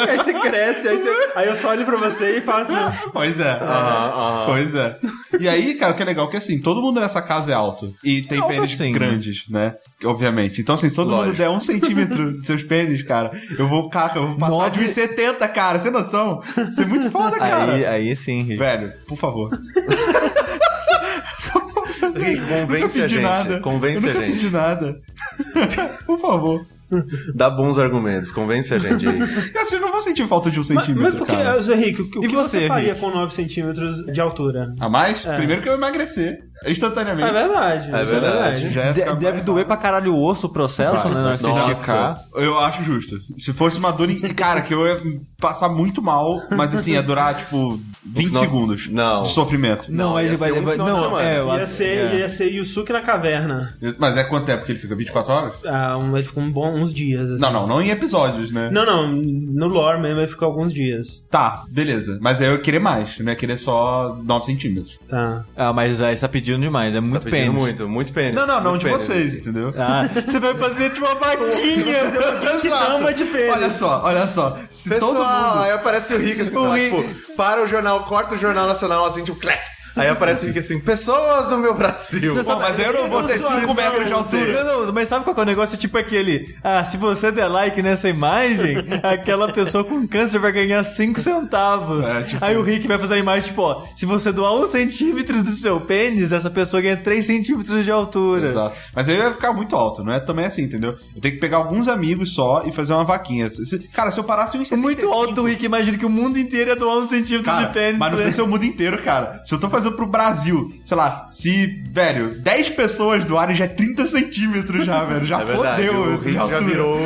Speaker 2: aí você cresce, aí, você- aí eu só olho pra você e assim, faço.
Speaker 3: Pois é. Pois é. E aí, cara, o que é legal é que assim, todo mundo nessa casa é alto. E tem
Speaker 4: Alto
Speaker 3: pênis
Speaker 4: assim,
Speaker 3: grandes, né? Obviamente. Então, assim, se todo mundo
Speaker 1: Lógico.
Speaker 3: der um centímetro de seus pênis, cara, eu vou, cara, eu vou passar
Speaker 4: Nove-
Speaker 3: de 1,70, cara. Sem noção. Isso é muito foda, cara.
Speaker 4: Aí, aí sim, Rick.
Speaker 3: Velho, por favor.
Speaker 1: Rick,
Speaker 3: Nunca
Speaker 1: convence a
Speaker 3: pedi
Speaker 1: gente.
Speaker 3: nada.
Speaker 1: Convence
Speaker 3: eu
Speaker 1: a
Speaker 3: nunca
Speaker 1: gente.
Speaker 3: pedi nada. por favor.
Speaker 1: Dá bons argumentos. Convence a gente, Rick.
Speaker 3: Cara, vocês não vão sentir falta de um
Speaker 2: Mas,
Speaker 3: centímetro,
Speaker 2: mas porque,
Speaker 3: cara.
Speaker 2: Zé Henrique, o, que- o
Speaker 4: E
Speaker 2: que
Speaker 4: você,
Speaker 2: você, faria
Speaker 4: Henrique?
Speaker 2: com 9 centímetros de altura?
Speaker 3: A mais?
Speaker 2: É.
Speaker 3: Primeiro que eu ia emagrecer. Instantaneamente.
Speaker 2: É verdade.
Speaker 1: É verdade.
Speaker 3: Já ia
Speaker 4: De-
Speaker 3: ficar
Speaker 4: deve
Speaker 3: mais-
Speaker 4: doer pra caralho o osso o processo,
Speaker 3: Vai,
Speaker 4: né?
Speaker 3: vai.
Speaker 4: Não, se
Speaker 1: Nossa.
Speaker 4: esticar.
Speaker 3: Eu acho justo. Se fosse uma dor. em- Cara, que eu ia passar muito mal, mas assim, ia durar, tipo, 20
Speaker 1: final-
Speaker 3: segundos
Speaker 1: Não.
Speaker 3: de sofrimento.
Speaker 4: Não, aí
Speaker 1: ia
Speaker 4: ele vai.
Speaker 1: ser um
Speaker 4: vai-
Speaker 1: final de
Speaker 4: Não,
Speaker 1: semana.
Speaker 4: é, eu
Speaker 2: Ia
Speaker 4: acho-
Speaker 2: ser,
Speaker 4: é.
Speaker 2: ia ser Yusuke na caverna.
Speaker 3: Mas é quanto tempo que ele fica? 24 horas?
Speaker 2: Ah, um- ele ficou um bom, uns dias. assim.
Speaker 3: Não, não, não em episódios, né?
Speaker 2: Não, não, no lore mesmo ele ficou alguns dias.
Speaker 3: Tá, beleza. Mas aí eu ia querer mais, eu não ia querer só 9 centímetros.
Speaker 2: Tá.
Speaker 4: Ah, mas aí você tá pedindo demais, é muito
Speaker 1: Tá pedindo
Speaker 4: pênis.
Speaker 1: Muito, muito pênis.
Speaker 3: Não, não, não
Speaker 1: muito
Speaker 3: de
Speaker 1: pênis.
Speaker 3: vocês, entendeu?
Speaker 4: Ah, você vai fazer tipo uma vaquinha.
Speaker 2: Que dama de pênis.
Speaker 3: Olha só, olha só. Se todo mundo.
Speaker 1: aí aparece o Rick, assim,
Speaker 3: O
Speaker 1: sei lá,
Speaker 3: Rick.
Speaker 1: tipo, para o jornal, corta o Jornal Nacional, assim, tipo, clac. Aí aparece o Rick assim, pessoas do meu Brasil.
Speaker 3: Pô, mas eu não vou ter
Speaker 1: Pessoas
Speaker 3: 5 metros de
Speaker 1: são-
Speaker 3: altura.
Speaker 4: Não, não, mas sabe qual que é o negócio? Tipo aquele. Ah, se você der like nessa imagem, aquela pessoa com câncer vai ganhar 5 centavos.
Speaker 3: É, tipo
Speaker 4: aí o Rick vai fazer a imagem, tipo, ó, se você doar 1 centímetro do seu pênis, essa pessoa ganha 3 centímetros de altura.
Speaker 3: Exato. Mas aí eu ia ficar muito alto, não é também assim, entendeu? Eu tenho que pegar alguns amigos só e fazer uma vaquinha. Se- Cara, se eu parasse um em 1,75...
Speaker 4: É Muito alto o Rick, imagina que o mundo inteiro ia doar 1 centímetro
Speaker 3: Cara,
Speaker 4: de né? pênis.
Speaker 3: mas não
Speaker 4: pra
Speaker 3: sei
Speaker 4: ele.
Speaker 3: se é o mundo inteiro, cara. Se eu tô fazendo pro Brasil, sei lá, se, velho, 10 pessoas doarem já é 30 centímetros já, velho. Já
Speaker 1: É verdade,
Speaker 3: fodeu.
Speaker 1: o
Speaker 3: de
Speaker 1: Rick já
Speaker 3: altura.
Speaker 1: virou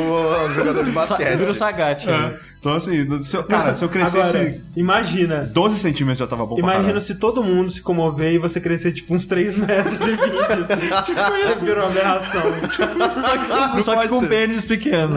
Speaker 1: um jogador de
Speaker 4: Sa- Virou
Speaker 1: basquete.
Speaker 4: Sagat. né?
Speaker 3: É. Então, assim, se eu- cara, se eu crescesse
Speaker 2: Agora, imagina.
Speaker 3: 12 centímetros já tava bom pra
Speaker 2: Imagina
Speaker 3: caralho.
Speaker 2: se todo mundo se comover e você crescer tipo uns 3 metros e 20, assim. tipo, você virou uma aberração.
Speaker 4: Ah,
Speaker 1: Ah,
Speaker 4: Só que
Speaker 3: pode
Speaker 4: com
Speaker 3: ser. É.
Speaker 4: pênis pequeno.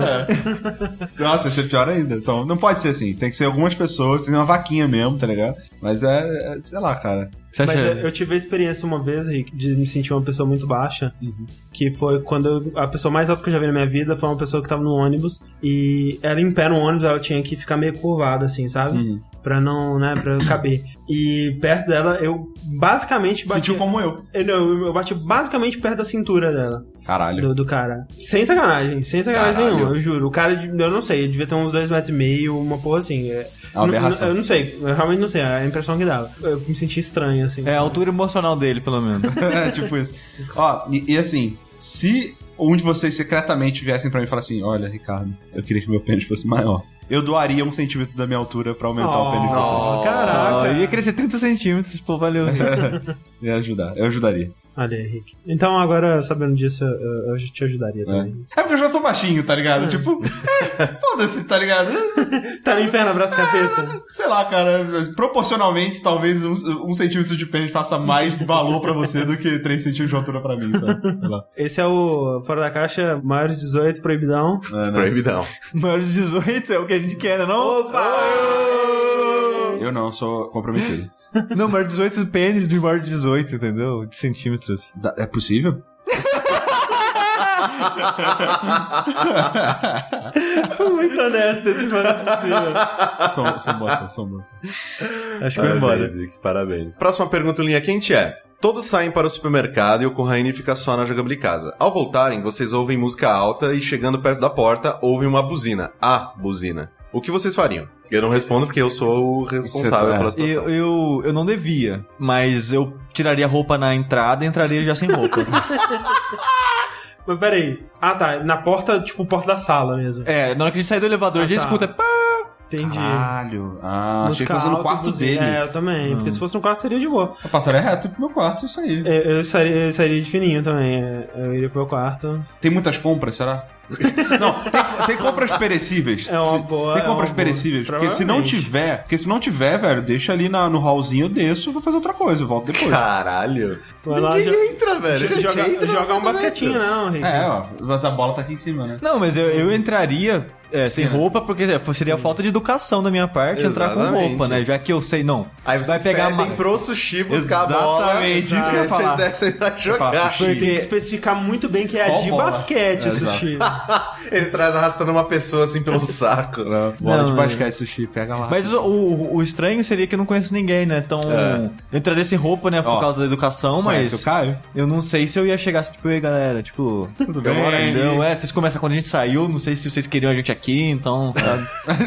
Speaker 3: Nossa, isso é pior ainda. Então, não pode ser assim. Tem que ser algumas pessoas, tem que ser uma vaquinha mesmo, tá ligado? Mas é, é- sei lá, cara.
Speaker 4: Você acha-
Speaker 2: Mas eu, eu tive a experiência uma vez, Rick, de me sentir uma pessoa muito baixa.
Speaker 3: Uhum.
Speaker 2: Que foi quando eu- a pessoa mais alta que eu já vi na minha vida foi uma pessoa que tava no ônibus. E ela em pé no ônibus, ela tinha que ficar meio curvada, assim, sabe?
Speaker 3: Uhum.
Speaker 2: Pra não, né, pra eu caber. E perto dela, eu basicamente bati.
Speaker 3: Sentiu como eu.
Speaker 2: Eu, não, eu bati basicamente perto da cintura dela,
Speaker 3: Caralho.
Speaker 2: do, do cara. Sem sacanagem, sem sacanagem
Speaker 3: Caralho.
Speaker 2: nenhuma, eu juro. O cara, de- eu não sei, devia ter uns dois metros e meio, uma porra assim. É,
Speaker 3: É uma
Speaker 2: N-
Speaker 3: aberração.
Speaker 2: n- Eu não sei, eu realmente não sei, é a impressão que dava. Eu me senti estranho, assim.
Speaker 4: É a altura emocional dele, pelo menos.
Speaker 3: é, tipo isso. Ó, e, e assim, se um de vocês secretamente viessem pra mim e falar assim: Olha, Ricardo, eu queria que meu pênis fosse maior. Eu doaria um centímetro da minha altura pra aumentar o pênis de vocês.
Speaker 2: Oh, Caraca.
Speaker 4: Ah, ia crescer 30 centímetros, pô, valeu.
Speaker 3: Me ajudar, eu ajudaria.
Speaker 2: Olha, Henrique. Então, agora, sabendo disso, eu, eu- eu te ajudaria também.
Speaker 3: É porque eu já tô baixinho, tá ligado? Tipo, é, foda-se, tá ligado?
Speaker 2: Tá no inferno, abraço, capeta.
Speaker 3: Sei lá, cara, proporcionalmente, talvez um, um centímetro de pênis faça mais valor pra você do que três centímetros de altura pra mim, sabe? Sei lá.
Speaker 2: Esse é o Fora da Caixa, maiores 18, proibidão.
Speaker 3: É, né?
Speaker 1: Proibidão.
Speaker 4: Maiores de 18 é o que a gente quer, né? Não,
Speaker 3: Eu não, eu sou comprometido.
Speaker 4: não maior de 18 pênis do maior de 18, entendeu? De centímetros.
Speaker 3: Da- É possível?
Speaker 2: Foi muito honesto esse mano.
Speaker 3: São, são bota, são bota.
Speaker 4: Acho que vai embora.
Speaker 1: Zic, parabéns. Próxima pergunta do Linha Quente é... Todos saem para o supermercado e o Corraine fica só na jogabilidade casa. Ao voltarem, vocês ouvem música alta e chegando perto da porta, ouvem uma buzina. A buzina. o que vocês fariam? Eu não respondo porque eu sou o responsável
Speaker 3: tá-
Speaker 1: pela
Speaker 4: Eu,
Speaker 1: situação.
Speaker 4: eu, eu não devia, mas eu tiraria a roupa na entrada e entraria já sem roupa.
Speaker 2: Mas peraí. Ah, tá. Na porta, tipo, porta da sala mesmo.
Speaker 4: é, na hora que a gente sai do elevador, a
Speaker 2: Ah,
Speaker 4: gente
Speaker 2: tá.
Speaker 4: escuta. "Pá!"
Speaker 2: Entendi.
Speaker 3: Caralho. Ah, achei que
Speaker 2: Música
Speaker 3: fosse no
Speaker 2: alta,
Speaker 3: quarto
Speaker 2: inclusive.
Speaker 3: dele. Ah.
Speaker 2: É, eu também. Porque se fosse no quarto seria de boa.
Speaker 3: Eu passaria é reto pro meu quarto, isso aí.
Speaker 2: Eu, eu sairia, eu sairia de fininho também. é. Eu iria pro meu quarto.
Speaker 3: Tem muitas compras, será? não, tem, tem compras perecíveis.
Speaker 2: É uma
Speaker 3: Se-
Speaker 2: boa,
Speaker 3: Tem
Speaker 2: é
Speaker 3: compras
Speaker 2: uma boa.
Speaker 3: perecíveis. Porque se não
Speaker 2: Provavelmente.
Speaker 3: tiver, porque se não tiver, velho, deixa ali na- no hallzinho, eu desço, vou fazer outra coisa, eu volto depois.
Speaker 1: Caralho.
Speaker 2: Vai lá,
Speaker 1: Ninguém
Speaker 2: jo-
Speaker 1: entra, velho.
Speaker 2: jo-
Speaker 1: Gente,
Speaker 2: joga-
Speaker 1: entra né? no
Speaker 2: jogar um
Speaker 1: apartamento.
Speaker 2: basquetinho, não, Henrique.
Speaker 3: É, ó, mas a bola tá aqui em cima, né?
Speaker 4: Não, mas eu, eu entraria é, sem
Speaker 3: Sim.
Speaker 4: roupa, porque é, seria falta de educação da minha parte entrar com
Speaker 1: Exatamente.
Speaker 4: roupa, né? Já que eu sei, não.
Speaker 1: Aí vocês
Speaker 4: vai pegar
Speaker 1: pedem
Speaker 4: ma-
Speaker 1: pro sushi buscar a bola.
Speaker 3: Exatamente, isso que eu ia
Speaker 1: Aí
Speaker 3: falar.
Speaker 1: Vocês descem pra
Speaker 3: falo,
Speaker 1: jogar.
Speaker 3: sushi.
Speaker 2: Tem que
Speaker 4: Porque-
Speaker 2: especificar muito bem que é
Speaker 3: Qual
Speaker 2: de
Speaker 3: bola?
Speaker 2: basquete,
Speaker 3: É,
Speaker 2: sushi.
Speaker 1: Ele traz arrastando uma pessoa assim pelo saco.
Speaker 3: Bola
Speaker 4: Não,
Speaker 3: de
Speaker 4: não.
Speaker 3: basquete, sushi, pega lá.
Speaker 4: Mas o, o- o estranho seria que eu não conheço ninguém, né? Então. Eu entraria sem roupa, né? Por
Speaker 3: Ó,
Speaker 4: causa da educação,
Speaker 2: é
Speaker 4: mas.
Speaker 3: Conhece o Caio?
Speaker 4: Eu não sei se eu ia chegar assim, tipo, ei galera, tipo. Tudo
Speaker 3: bem?
Speaker 1: né?
Speaker 4: Não, é, vocês começam quando a gente saiu, não sei se vocês queriam a gente aqui, então. sabe?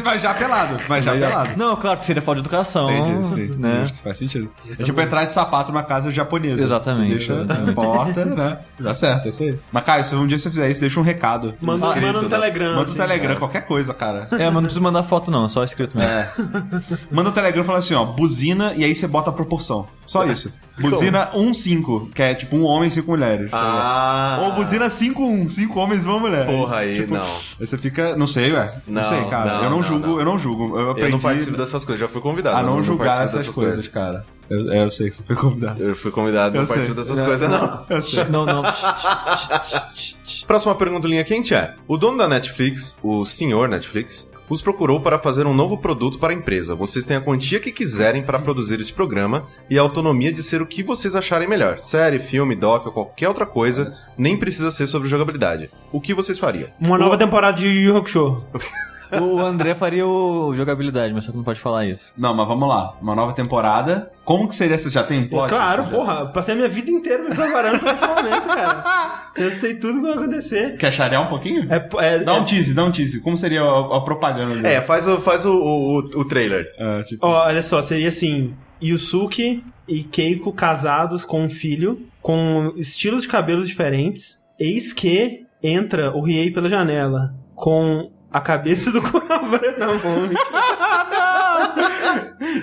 Speaker 3: mas já pelado, mas já pelado.
Speaker 4: não, claro que seria falta de educação.
Speaker 3: Entendi, sim.
Speaker 4: né?
Speaker 3: Justo, faz sentido. É tipo entrar de sapato numa casa japonesa.
Speaker 4: Exatamente.
Speaker 3: Você deixa na porta, né? Dá certo, é isso aí. Mas, Caio, se um dia você fizer isso, deixa um recado.
Speaker 2: Manda,
Speaker 3: Escrito,
Speaker 2: manda no
Speaker 3: né?
Speaker 2: Telegram.
Speaker 3: Manda um
Speaker 2: assim.
Speaker 3: Telegram, qualquer coisa, cara.
Speaker 4: É, mas não precisa mandar foto, não, só escrito mesmo.
Speaker 3: Manda um Telegram falando assim, ó, buzina e aí você bota a proporção. Só isso. Buzina 1-5, que é tipo um homem e cinco mulheres.
Speaker 1: Ah.
Speaker 3: Ou buzina 5-1, cinco homens e uma mulher.
Speaker 1: Porra, aí
Speaker 3: Tipo,
Speaker 1: não.
Speaker 3: Aí você fica. Não sei, ué. Não,
Speaker 1: Não,
Speaker 3: sei, cara.
Speaker 1: não,
Speaker 3: eu não,
Speaker 1: não,
Speaker 3: julgo,
Speaker 1: não.
Speaker 3: eu não julgo. Eu
Speaker 1: Eu
Speaker 3: aprendi
Speaker 1: não participo dessas coisas, já fui convidado. né?
Speaker 3: a
Speaker 1: eu
Speaker 3: não, julgar
Speaker 1: participo
Speaker 3: essas coisas, cara. Eu, é, eu sei que você foi convidado.
Speaker 1: Eu fui convidado, não
Speaker 3: Eu sei. É.
Speaker 1: participo dessas coisas, não.
Speaker 3: Eu sei.
Speaker 4: Não, não.
Speaker 1: Próxima pergunta linha quente é: O dono da Netflix, o senhor Netflix, os procurou para fazer um novo produto para a empresa. Vocês têm a quantia que quiserem para produzir este programa e a autonomia de ser o que vocês acharem melhor. Série, filme, doc ou qualquer outra coisa, nem precisa ser sobre jogabilidade. O que vocês fariam?
Speaker 2: Uma nova temporada de Yu Yu Hakusho.
Speaker 4: o André faria o jogabilidade, mas só que não pode falar isso.
Speaker 3: Não, mas vamos lá. Uma nova temporada. Como que seria essa? Já tem um plot?
Speaker 2: claro,
Speaker 3: Você já-
Speaker 2: porra. eu Passei a minha vida inteira me preparando pra esse momento, cara. Eu sei tudo o que vai acontecer.
Speaker 3: Quer charear um pouquinho?
Speaker 2: É, é,
Speaker 3: Dá
Speaker 2: é-
Speaker 3: um tease, dá um tease. Como seria a, a propaganda?
Speaker 1: É, faz o, faz o, o, o- o trailer.
Speaker 3: É, tipo,
Speaker 2: ó, olha só, seria assim: Yusuke e Keiko casados com um filho, com estilos de cabelos diferentes. Eis que entra o Riei pela janela com a cabeça do cobra na mão.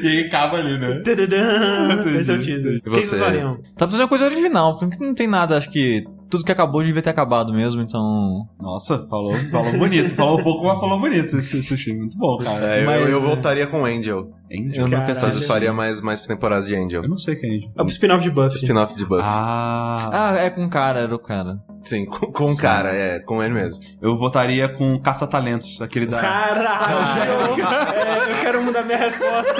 Speaker 3: E aí acaba ali, né?
Speaker 2: Tadadã! Esse é o teaser.
Speaker 1: E
Speaker 2: O que vocês
Speaker 1: você?
Speaker 2: fariam?
Speaker 4: Tá precisando de uma coisa original, porque não tem nada, acho que tudo que acabou devia ter acabado mesmo, então.
Speaker 3: Nossa, falou, falou bonito. Falou um pouco, mas falou bonito esse sushi. Muito bom, cara.
Speaker 1: É, eu-
Speaker 3: Mas-
Speaker 1: eu, voltaria com Angel.
Speaker 3: Angel?
Speaker 4: Eu nunca
Speaker 2: Caralho.
Speaker 1: Vocês
Speaker 4: assisti.
Speaker 1: faria mais, mais temporadas de Angel.
Speaker 3: Eu não sei quem é Angel.
Speaker 2: É o spin-off de Buffy.
Speaker 1: Spin-off de Buffy.
Speaker 3: Ah.
Speaker 4: Ah, é com o cara, era o cara.
Speaker 1: Sim, com, com o cara, é, com ele mesmo.
Speaker 3: Eu votaria com Caça-Talentos, aquele da. Ah,
Speaker 2: Caralho! É, eu quero mudar minha resposta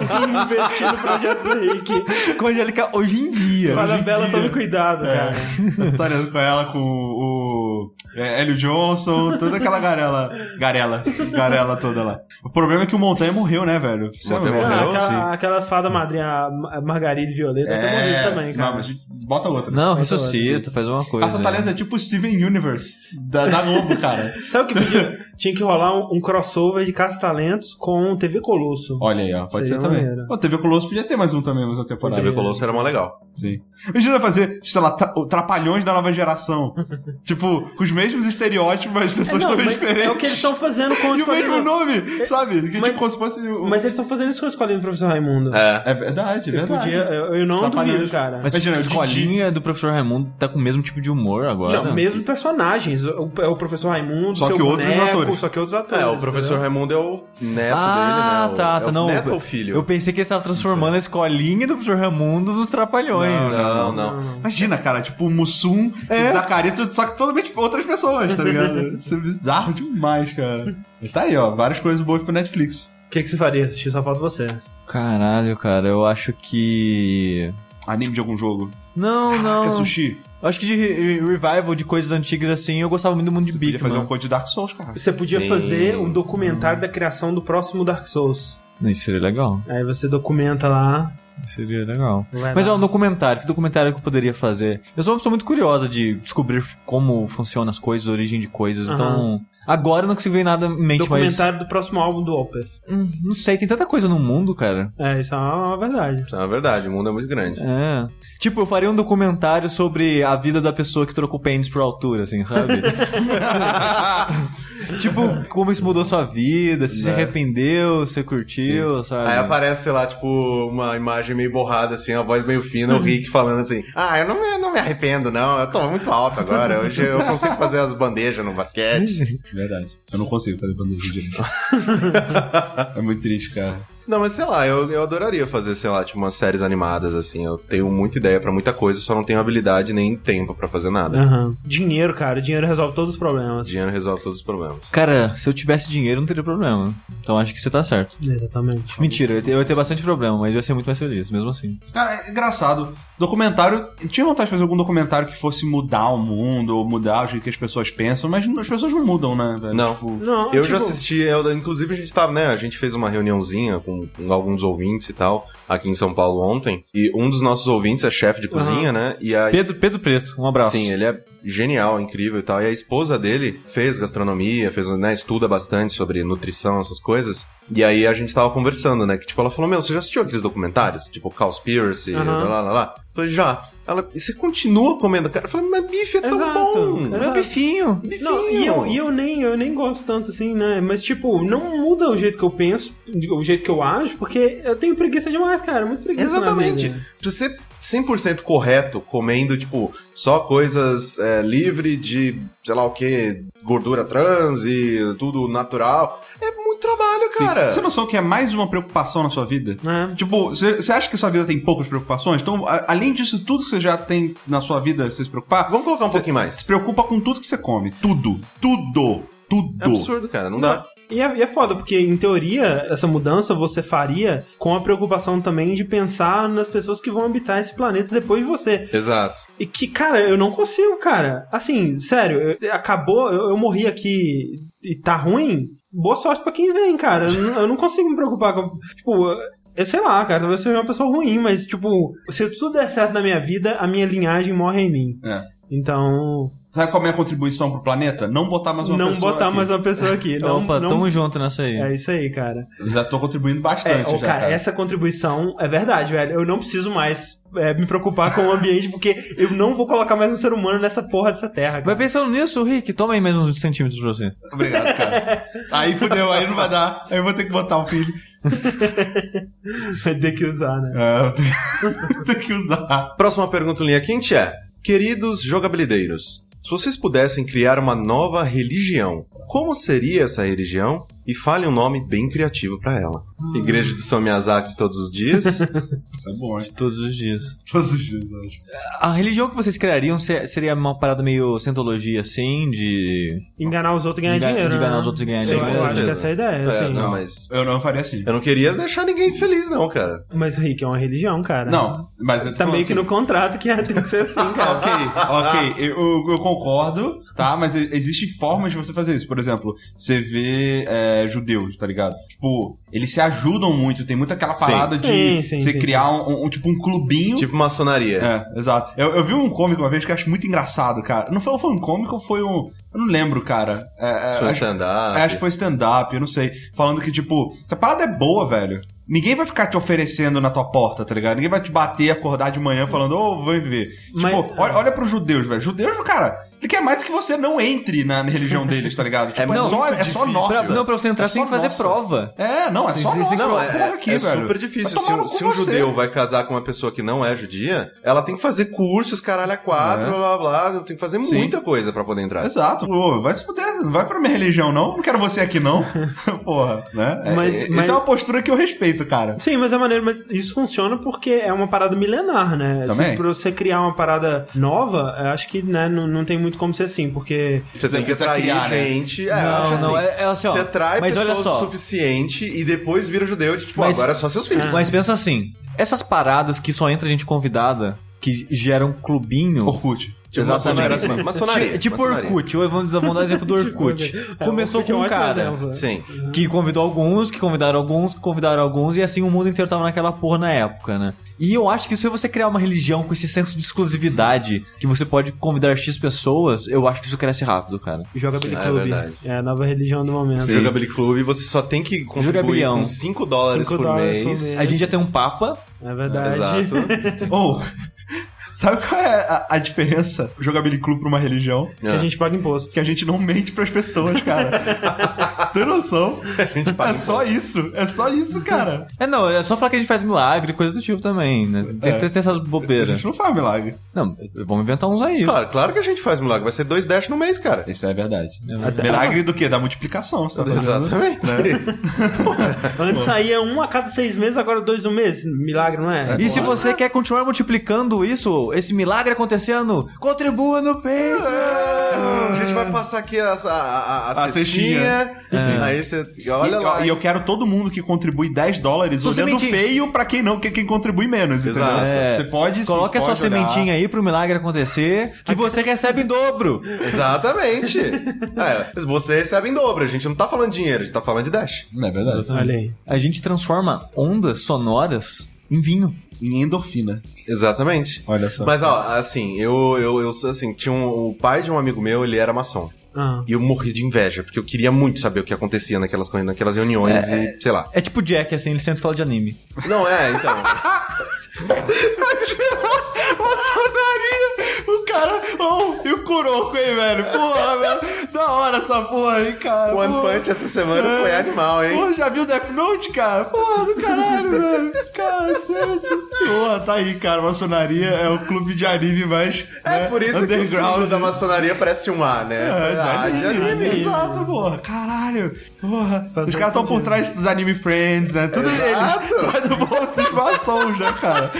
Speaker 2: e investir no projeto do Rick.
Speaker 4: Com a Angélica hoje em dia.
Speaker 2: Fala, Bela,
Speaker 3: dia.
Speaker 2: tome cuidado, cara.
Speaker 3: Caça-Talentos É. com ela, com o. é, Hélio Johnson, toda aquela garela. Garela. Garela toda lá. O problema é que o Montanha morreu, né, velho? Isso é uma
Speaker 1: Montanha
Speaker 3: merda.
Speaker 2: Ah,
Speaker 1: morreu,
Speaker 2: aquela-
Speaker 1: sim.
Speaker 2: aquelas fadas madrinha, a Ma- a Margarida e Violeta, é...
Speaker 3: É,
Speaker 2: morrendo também, cara.
Speaker 3: Não, mas a gente bota outra.
Speaker 4: Não,
Speaker 2: Faz
Speaker 4: ressuscita, faz uma coisa. um
Speaker 3: Caça Talento é tipo o Steven Universe da, da Globo, cara.
Speaker 2: Sabe o que podia? Tinha que rolar um, um crossover de Caça Talentos com TV Colosso.
Speaker 3: Olha aí, ó. Pode
Speaker 2: Seria
Speaker 3: ser também.
Speaker 2: é maneiro.
Speaker 3: Pô, TV Colosso podia ter mais um também, mais uma temporada.
Speaker 1: TV Colosso era mó legal.
Speaker 3: Sim. Imagina fazer, sei lá, tra- o trapalhões da nova geração. tipo, com os mesmos estereótipos, mas pessoas
Speaker 2: Não,
Speaker 3: também
Speaker 2: mas
Speaker 3: diferentes.
Speaker 2: é o que eles estão fazendo com os
Speaker 3: E o mesmo
Speaker 2: quadrinhos.
Speaker 3: nome, sabe? Que
Speaker 2: É, mas-
Speaker 3: tipo, como se fosse o...
Speaker 2: Mas eles estão fazendo isso com a escolinha do professor Raimundo.
Speaker 1: É.
Speaker 3: É verdade, é verdade.
Speaker 2: Podia, eu, eu não
Speaker 3: Trapalhões.
Speaker 2: duvido, cara.
Speaker 4: Mas
Speaker 3: Imagina,
Speaker 4: a
Speaker 3: o
Speaker 4: escolinha do professor Raimundo tá com o mesmo tipo de humor agora.
Speaker 2: Não, mesmo personagens. O, é o professor Raimundo,
Speaker 3: Só
Speaker 2: seu
Speaker 3: que outros
Speaker 2: boneco,
Speaker 3: atores.
Speaker 2: Só que outros atores.
Speaker 1: É, o professor
Speaker 2: entendeu?
Speaker 1: Raimundo é o neto
Speaker 4: Ah,
Speaker 1: dele, né? O-
Speaker 4: tá,
Speaker 1: é
Speaker 4: tá.
Speaker 1: o
Speaker 4: Não,
Speaker 1: neto
Speaker 4: eu-
Speaker 1: ou filho?
Speaker 4: Eu pensei que eles estavam transformando a escolinha do professor Raimundo nos trapalhões.
Speaker 1: Não, não.
Speaker 3: Imagina, cara, tipo, o Mussum
Speaker 4: É.
Speaker 3: e Zacarias, só que totalmente outras pessoas, tá ligado? Isso é bizarro demais, cara. E Tá aí, ó, várias coisas boas pro Netflix.
Speaker 2: O que, que você faria? Assistir só falta você.
Speaker 4: Caralho, cara, eu acho que.
Speaker 3: Anime de algum jogo.
Speaker 4: Não, não.
Speaker 3: Quer sushi?
Speaker 4: Eu acho que de re- revival de coisas antigas assim, eu gostava muito do mundo de
Speaker 3: Podia
Speaker 4: Big
Speaker 3: fazer
Speaker 4: Man.
Speaker 3: um code de Dark Souls, cara.
Speaker 2: Você podia
Speaker 1: Sim.
Speaker 2: fazer um documentário da criação do próximo Dark Souls.
Speaker 4: Isso um- seria legal.
Speaker 2: Aí você documenta lá.
Speaker 4: Seria legal.
Speaker 2: Vai
Speaker 4: Mas é um
Speaker 2: lá.
Speaker 4: ó, no comentário, que documentário que eu poderia fazer? Eu sou uma pessoa muito curiosa de descobrir como funcionam as coisas, a origem de coisas, então. Agora eu não consigo ver nada em mente,
Speaker 2: Documentário do próximo álbum do Opeth.
Speaker 4: mas. Hum, Não sei, tem tanta coisa no mundo, cara.
Speaker 2: É, isso é uma verdade.
Speaker 1: Isso é uma verdade, o mundo é muito grande.
Speaker 4: É. Tipo, eu faria um documentário sobre a vida da pessoa que trocou pênis por altura, assim, sabe? tipo, como isso mudou sua vida, se se arrependeu, se curtiu, sabe?
Speaker 1: É. Aí aparece, sei lá, tipo, uma imagem meio borrada, assim, uma voz meio fina, o Rick falando assim: Ah, eu não me, não me arrependo, não. Eu tô muito alto agora. Hoje eu consigo fazer as bandejas no basquete.
Speaker 3: Verdade. Eu não consigo fazer bandeja direito. é muito triste, cara.
Speaker 1: Não, mas sei lá, eu, eu adoraria fazer, sei lá, tipo, umas séries animadas, assim. Eu tenho muita ideia pra muita coisa, só não tenho habilidade nem tempo pra fazer nada.
Speaker 2: Aham. Dinheiro, cara. Dinheiro resolve todos os problemas.
Speaker 1: Dinheiro resolve todos os problemas.
Speaker 4: Cara, se eu tivesse dinheiro, não teria problema. Então acho que você tá certo.
Speaker 2: Exatamente.
Speaker 4: Mentira, eu ia ter- eu ia ter bastante problema, mas eu ia ser muito mais feliz, mesmo assim.
Speaker 3: Cara, é engraçado. Documentário. Eu tinha vontade de fazer algum documentário que fosse mudar o mundo, ou mudar o jeito que as pessoas pensam, mas as pessoas não mudam, né? velho?
Speaker 1: Não.
Speaker 3: Tipo,
Speaker 2: Não,
Speaker 1: eu
Speaker 2: tipo,
Speaker 1: já assisti, eu- inclusive a gente tava, né? A gente fez uma reuniãozinha com, com alguns ouvintes e tal, aqui em São Paulo ontem. E um dos nossos ouvintes é chefe de cozinha, né? E a
Speaker 4: Pedro, Pedro Preto, um abraço.
Speaker 1: Sim, ele é genial, incrível e tal. E a esposa dele fez gastronomia, fez, né, estuda bastante sobre nutrição, essas coisas. E aí a gente tava conversando, né? Que tipo, ela falou: Meu, você já assistiu aqueles documentários? Tipo, Cowspiracy,
Speaker 2: Aham.
Speaker 1: blá blá blá blá. Eu falei, já. Ela, e você continua comendo? Cara, eu falei, mas bife é tão
Speaker 2: Exato.
Speaker 1: bom.
Speaker 2: Exato.
Speaker 4: Meu bifinho.
Speaker 1: Bifinho.
Speaker 2: Não, e eu, e eu nem, eu nem gosto tanto assim, né? Mas, tipo, não muda o jeito que eu penso, o jeito que eu ajo, porque eu tenho preguiça demais, cara. Muito preguiça. na
Speaker 1: Exatamente.
Speaker 2: vida.
Speaker 1: Pra ser 100% correto comendo, tipo, só coisas é, livre de, sei lá o que, gordura trans e tudo natural, é muito trabalho, cara.
Speaker 3: Você não sabe o que é mais uma preocupação na sua vida?
Speaker 2: É.
Speaker 3: Tipo, você você acha que sua vida tem poucas preocupações? Então, a- além disso, tudo que você já tem na sua vida, você se preocupar.
Speaker 1: Vamos colocar um
Speaker 3: você
Speaker 1: pouquinho mais.
Speaker 3: Se preocupa com tudo que você come. Tudo. Tudo. Tudo.
Speaker 1: É absurdo, cara. Não dá.
Speaker 2: E é, e é foda, porque em teoria, essa mudança você faria com a preocupação também de pensar nas pessoas que vão habitar esse planeta depois de você.
Speaker 1: Exato.
Speaker 2: E que, cara, eu não consigo, cara. Assim, sério, eu- acabou, eu, eu morri aqui e tá ruim. Boa sorte pra quem vem, cara. Eu, não- eu não consigo me preocupar com. Tipo, eu sei lá, cara, talvez eu seja uma pessoa ruim, mas, tipo, se tudo der certo na minha vida, a minha linhagem morre em mim.
Speaker 3: É.
Speaker 2: Então,
Speaker 3: Sabe qual é a minha contribuição pro planeta? Não botar mais uma
Speaker 2: não
Speaker 3: pessoa
Speaker 2: botar
Speaker 3: aqui.
Speaker 2: mais uma pessoa aqui. não,
Speaker 4: Opa,
Speaker 2: não...
Speaker 4: tamo junto nessa aí.
Speaker 2: É isso aí, cara.
Speaker 3: Eu Já tô contribuindo
Speaker 2: É,
Speaker 3: bastante.
Speaker 2: ô,
Speaker 3: já,
Speaker 2: cara,
Speaker 3: cara.
Speaker 2: essa contribuição é verdade, velho. Eu não preciso mais é, me preocupar com o ambiente, porque eu não vou colocar mais um ser humano nessa porra dessa terra.
Speaker 4: Vai
Speaker 2: Cara.
Speaker 4: pensando nisso, Rick, toma aí mais uns 20 centímetros pra você.
Speaker 3: Obrigado, cara. aí fudeu, aí não vai dar. Aí eu vou ter que botar um filho.
Speaker 2: Vai ter que usar, né?
Speaker 3: É, eu tenho- tenho que usar.
Speaker 1: Próxima pergunta em linha quente é: Queridos jogabilideiros, se vocês pudessem criar uma nova religião, como seria essa religião? E fale um nome bem criativo pra ela. Igreja de São Miyazaki de todos os dias.
Speaker 3: Isso é bom, hein?
Speaker 4: De todos os dias.
Speaker 3: Todos os dias, eu acho.
Speaker 4: A religião que vocês criariam se- seria uma parada meio cientologia, assim, de.
Speaker 2: Enganar os outros e ganhar
Speaker 4: de ga-
Speaker 2: dinheiro.
Speaker 4: de enganar
Speaker 2: né?
Speaker 4: os outros e ganhar
Speaker 2: Eu-
Speaker 1: dinheiro,
Speaker 2: Eu,
Speaker 1: com
Speaker 2: acho
Speaker 1: certeza.
Speaker 2: que essa é a ideia.
Speaker 1: é,
Speaker 2: assim.
Speaker 1: não, mas
Speaker 3: Eu não faria assim.
Speaker 1: eu não queria deixar ninguém feliz, não, cara.
Speaker 2: Mas Rick é uma religião, cara.
Speaker 3: Não, mas eu tô
Speaker 2: Tá meio
Speaker 3: falando
Speaker 2: que
Speaker 3: assim.
Speaker 2: no contrato que é, tem que ser assim, cara.
Speaker 3: Ok, ok, eu, eu concordo, tá? Mas e- existem formas de você fazer isso. Por exemplo, você vê é, judeus, tá ligado? Tipo, eles se ajudam muito, tem muito aquela
Speaker 1: Sim.
Speaker 3: parada de
Speaker 2: Sim, sim,
Speaker 3: você
Speaker 2: sim,
Speaker 3: criar Um, um- tipo um clubinho.
Speaker 1: Tipo maçonaria.
Speaker 3: É, exato. Eu, eu vi um cômico uma vez que eu acho muito engraçado, cara. Não foi, foi um cômico ou foi um. Eu não lembro, cara. É, é,
Speaker 1: Sua
Speaker 3: acho-
Speaker 1: stand-up.
Speaker 3: é, acho que foi stand-up, eu não sei. Falando que, tipo, essa parada é boa, velho. Ninguém vai ficar te oferecendo na tua porta, tá ligado? Ninguém vai te bater, acordar de manhã falando, ô, vem ver.
Speaker 2: Mas-
Speaker 3: Tipo, olha, olha pros judeus, velho. Judeus, cara, ele quer mais que você não entre na, na religião deles, tá ligado? Tipo, é,
Speaker 1: muito
Speaker 3: só, é
Speaker 1: difícil.
Speaker 3: só nossa.
Speaker 4: Pra- não, pra você entrar,
Speaker 3: É
Speaker 4: você tem que
Speaker 3: só
Speaker 4: fazer
Speaker 3: nossa.
Speaker 4: prova.
Speaker 3: É, não, é só
Speaker 4: Sim, sim,
Speaker 3: nossa.
Speaker 4: sim.
Speaker 1: Não,
Speaker 3: essa
Speaker 1: é,
Speaker 3: porra aqui,
Speaker 1: é
Speaker 3: velho.
Speaker 1: super
Speaker 3: Vai
Speaker 1: difícil. Se,
Speaker 3: tomar
Speaker 1: um-
Speaker 3: no cu
Speaker 1: se um
Speaker 3: você.
Speaker 1: judeu vai casar com uma pessoa que não é judia, ela tem que fazer cursos, caralho, a quatro,
Speaker 3: É.
Speaker 1: blá blá blá. Tem que fazer
Speaker 3: Sim.
Speaker 1: muita coisa pra poder entrar.
Speaker 3: Exato. Pô, vai se fuder, não vai pra minha religião, não. Não quero você aqui, não. Porra, né? É,
Speaker 2: Mas-
Speaker 3: é-
Speaker 2: mas-
Speaker 3: Essa é uma postura que eu respeito, cara.
Speaker 2: Sim, mas é maneiro, mas isso funciona porque é uma parada milenar, né?
Speaker 3: Também.
Speaker 2: Se pra você criar uma parada nova, eu acho que né, não, não tem muito como ser assim, porque.
Speaker 1: Você tem que
Speaker 3: precisa
Speaker 1: atrair
Speaker 3: criar, né?
Speaker 1: gente. É, eu acho
Speaker 4: Não,
Speaker 1: assim.
Speaker 4: não, é, é assim, ó.
Speaker 1: Você atrai
Speaker 4: mas olha
Speaker 1: pessoas o
Speaker 4: só.
Speaker 1: suficiente e depois vira judeu de tipo,
Speaker 4: Mas-
Speaker 1: agora é só seus filhos.
Speaker 4: Mas pensa assim: essas paradas que só entra gente convidada, que geram um clubinho.
Speaker 3: Orkut.
Speaker 1: Tipo maçonaria. Maçonaria.
Speaker 4: Tipo tipo
Speaker 1: maçonaria.
Speaker 4: Orkut, eu vou vou dar o exemplo do Orkut.
Speaker 2: É,
Speaker 4: Começou
Speaker 2: o Orkut é
Speaker 4: com
Speaker 2: um
Speaker 4: um
Speaker 2: ótimo
Speaker 4: cara
Speaker 2: exemplo.
Speaker 1: Sim.
Speaker 4: que convidou alguns, que convidaram alguns, que convidaram alguns, e assim o mundo inteiro tava naquela porra na época, né? E eu acho que se você criar uma religião com esse senso de exclusividade, que você pode convidar X pessoas, eu acho que isso cresce rápido, cara.
Speaker 2: Joga Billy
Speaker 1: é
Speaker 2: Club.
Speaker 1: verdade.
Speaker 2: É, a nova religião do momento.
Speaker 1: Sim. Jogabilidade Club, você só tem que contribuir
Speaker 4: Jogabilião.
Speaker 1: com 5 dólares,
Speaker 2: Cinco
Speaker 1: por,
Speaker 2: dólares por
Speaker 1: mês.
Speaker 2: mês.
Speaker 4: A gente já tem um papa,
Speaker 2: É verdade.
Speaker 1: Exato.
Speaker 3: Ou, sabe qual é a, a diferença jogabilidade clube pra uma religião?
Speaker 2: Que
Speaker 1: É.
Speaker 2: a gente paga imposto.
Speaker 3: Que a gente não mente pras pessoas, cara. Tem noção?
Speaker 1: paga
Speaker 3: É só isso. É só isso, cara.
Speaker 4: É, não, é só falar que a gente faz milagre, coisa do tipo também, né? Tem,
Speaker 3: É.
Speaker 4: tem- tem essas
Speaker 3: A
Speaker 4: bobeiras.
Speaker 3: gente não faz milagre.
Speaker 4: Não, vamos inventar uns aí.
Speaker 1: Claro, claro que a gente faz milagre. Vai ser dois dash no mês, cara.
Speaker 3: Isso é verdade.
Speaker 4: Até-
Speaker 3: Milagre do quê? Da multiplicação, você tá fazendo.
Speaker 1: Exatamente.
Speaker 2: Antes saía um a cada seis meses, agora dois no mês. Milagre, não é?
Speaker 4: E se você quer continuar multiplicando isso, esse milagre acontecendo, contribua no
Speaker 3: É.
Speaker 4: Patreon!
Speaker 1: A gente vai passar aqui a, a, a, a
Speaker 3: A cestinha.
Speaker 1: cestinha. Aí você olha
Speaker 3: e,
Speaker 1: lá.
Speaker 3: e eu quero todo mundo que contribui 10 dólares
Speaker 4: Sua
Speaker 3: olhando
Speaker 4: sementinha.
Speaker 3: feio pra quem não, que quem contribui menos, entendeu?
Speaker 1: Exato.
Speaker 4: É.
Speaker 3: Você pode sim,
Speaker 4: Coloque a sua
Speaker 3: pode olhar.
Speaker 4: sementinha aí pro milagre acontecer, que você recebe em dobro.
Speaker 1: Exatamente. é, você recebe em dobro. A gente não tá falando de dinheiro, a gente tá falando de dash.
Speaker 3: Não é verdade.
Speaker 2: Olha aí.
Speaker 4: A gente transforma ondas sonoras em vinho.
Speaker 3: Em endorfina.
Speaker 1: Exatamente.
Speaker 3: Olha só.
Speaker 1: Mas, ó, assim, eu, eu, eu assim, tinha um, o pai de um amigo meu, ele era maçom.
Speaker 2: Ah.
Speaker 1: E eu morri de inveja, porque eu queria muito saber o que acontecia naquelas, coisas- naquelas reuniões e, sei lá.
Speaker 4: É tipo Jack, assim, ele sempre fala de anime.
Speaker 1: Não, é, então.
Speaker 3: Maçonaria! O cara. Oh, e o Kuroko, hein, velho? Porra, velho. Da hora essa porra aí, cara.
Speaker 1: One
Speaker 3: Porra.
Speaker 1: Punch essa semana foi animal, hein?
Speaker 3: Porra, já viu Death Note, cara? Porra do caralho, velho. Cacete. Porra, tá aí, cara. Maçonaria é o clube de anime mais.
Speaker 1: É
Speaker 3: né,
Speaker 1: por isso que o símbolo da maçonaria parece um A, né?
Speaker 3: É, de
Speaker 1: ah, de
Speaker 3: anime,
Speaker 1: anime.
Speaker 3: Exato, porra. Caralho. Porra. Os caras estão por trás dos anime friends, né? Tudo
Speaker 1: Exato.
Speaker 3: eles. Sai do bolso de maçom já, cara.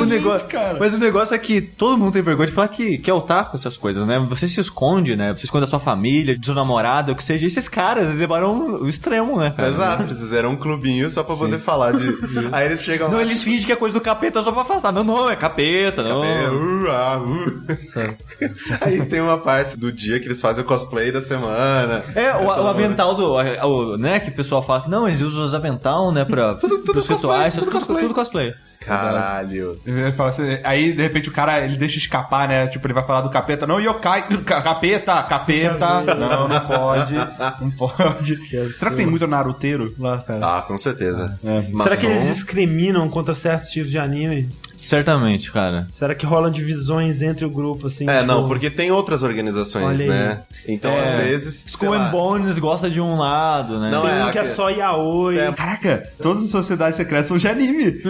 Speaker 4: O negócio,
Speaker 3: cara.
Speaker 4: Mas o negócio é que todo mundo tem vergonha de falar que, que é otaku, essas coisas, né? Você se esconde, né? Você esconde a sua família, do seu namorado, o que seja. E esses caras, eles levaram o extremo, né, cara?
Speaker 1: Exato, eles fizeram um clubinho só pra poder falar de. Aí eles chegam
Speaker 4: Não,
Speaker 1: lá.
Speaker 4: eles fingem que é coisa do capeta só pra afastar. Não, não, é capeta, não.
Speaker 1: É, uh, ah, uh. Aí tem uma parte do dia que eles fazem o cosplay da semana.
Speaker 4: É, o, o avental do. a- o- né, que o pessoal fala que não, eles usam os avental, né, pra. Tudo,
Speaker 1: tudo cosplay, tudo cosplay.
Speaker 4: tudo cosplay.
Speaker 1: Caralho.
Speaker 3: Ele fala assim, aí, de repente, o cara ele deixa escapar, né? Tipo, ele vai falar do capeta. Não, yokai. ca- Capeta, capeta. Não, não pode. Não pode. Será que tem muito naruteiro lá, cara?
Speaker 1: Ah, com certeza.
Speaker 2: Será
Speaker 1: Maçom,
Speaker 2: que eles discriminam contra certos tipos de anime?
Speaker 4: Certamente, cara.
Speaker 2: Será que rolam divisões entre o grupo, assim?
Speaker 1: É,
Speaker 2: tipo,
Speaker 1: não, porque tem outras organizações,
Speaker 2: Olha aí.
Speaker 1: né? Então,
Speaker 4: É.
Speaker 1: às vezes. sei
Speaker 4: Skull
Speaker 1: lá,
Speaker 4: and Bones gosta de um lado, né?
Speaker 1: Não,
Speaker 2: Tem
Speaker 1: é,
Speaker 2: um que é
Speaker 1: aquele-
Speaker 2: só yaoi.
Speaker 1: É,
Speaker 3: Caraca, todas as sociedades secretas são de anime.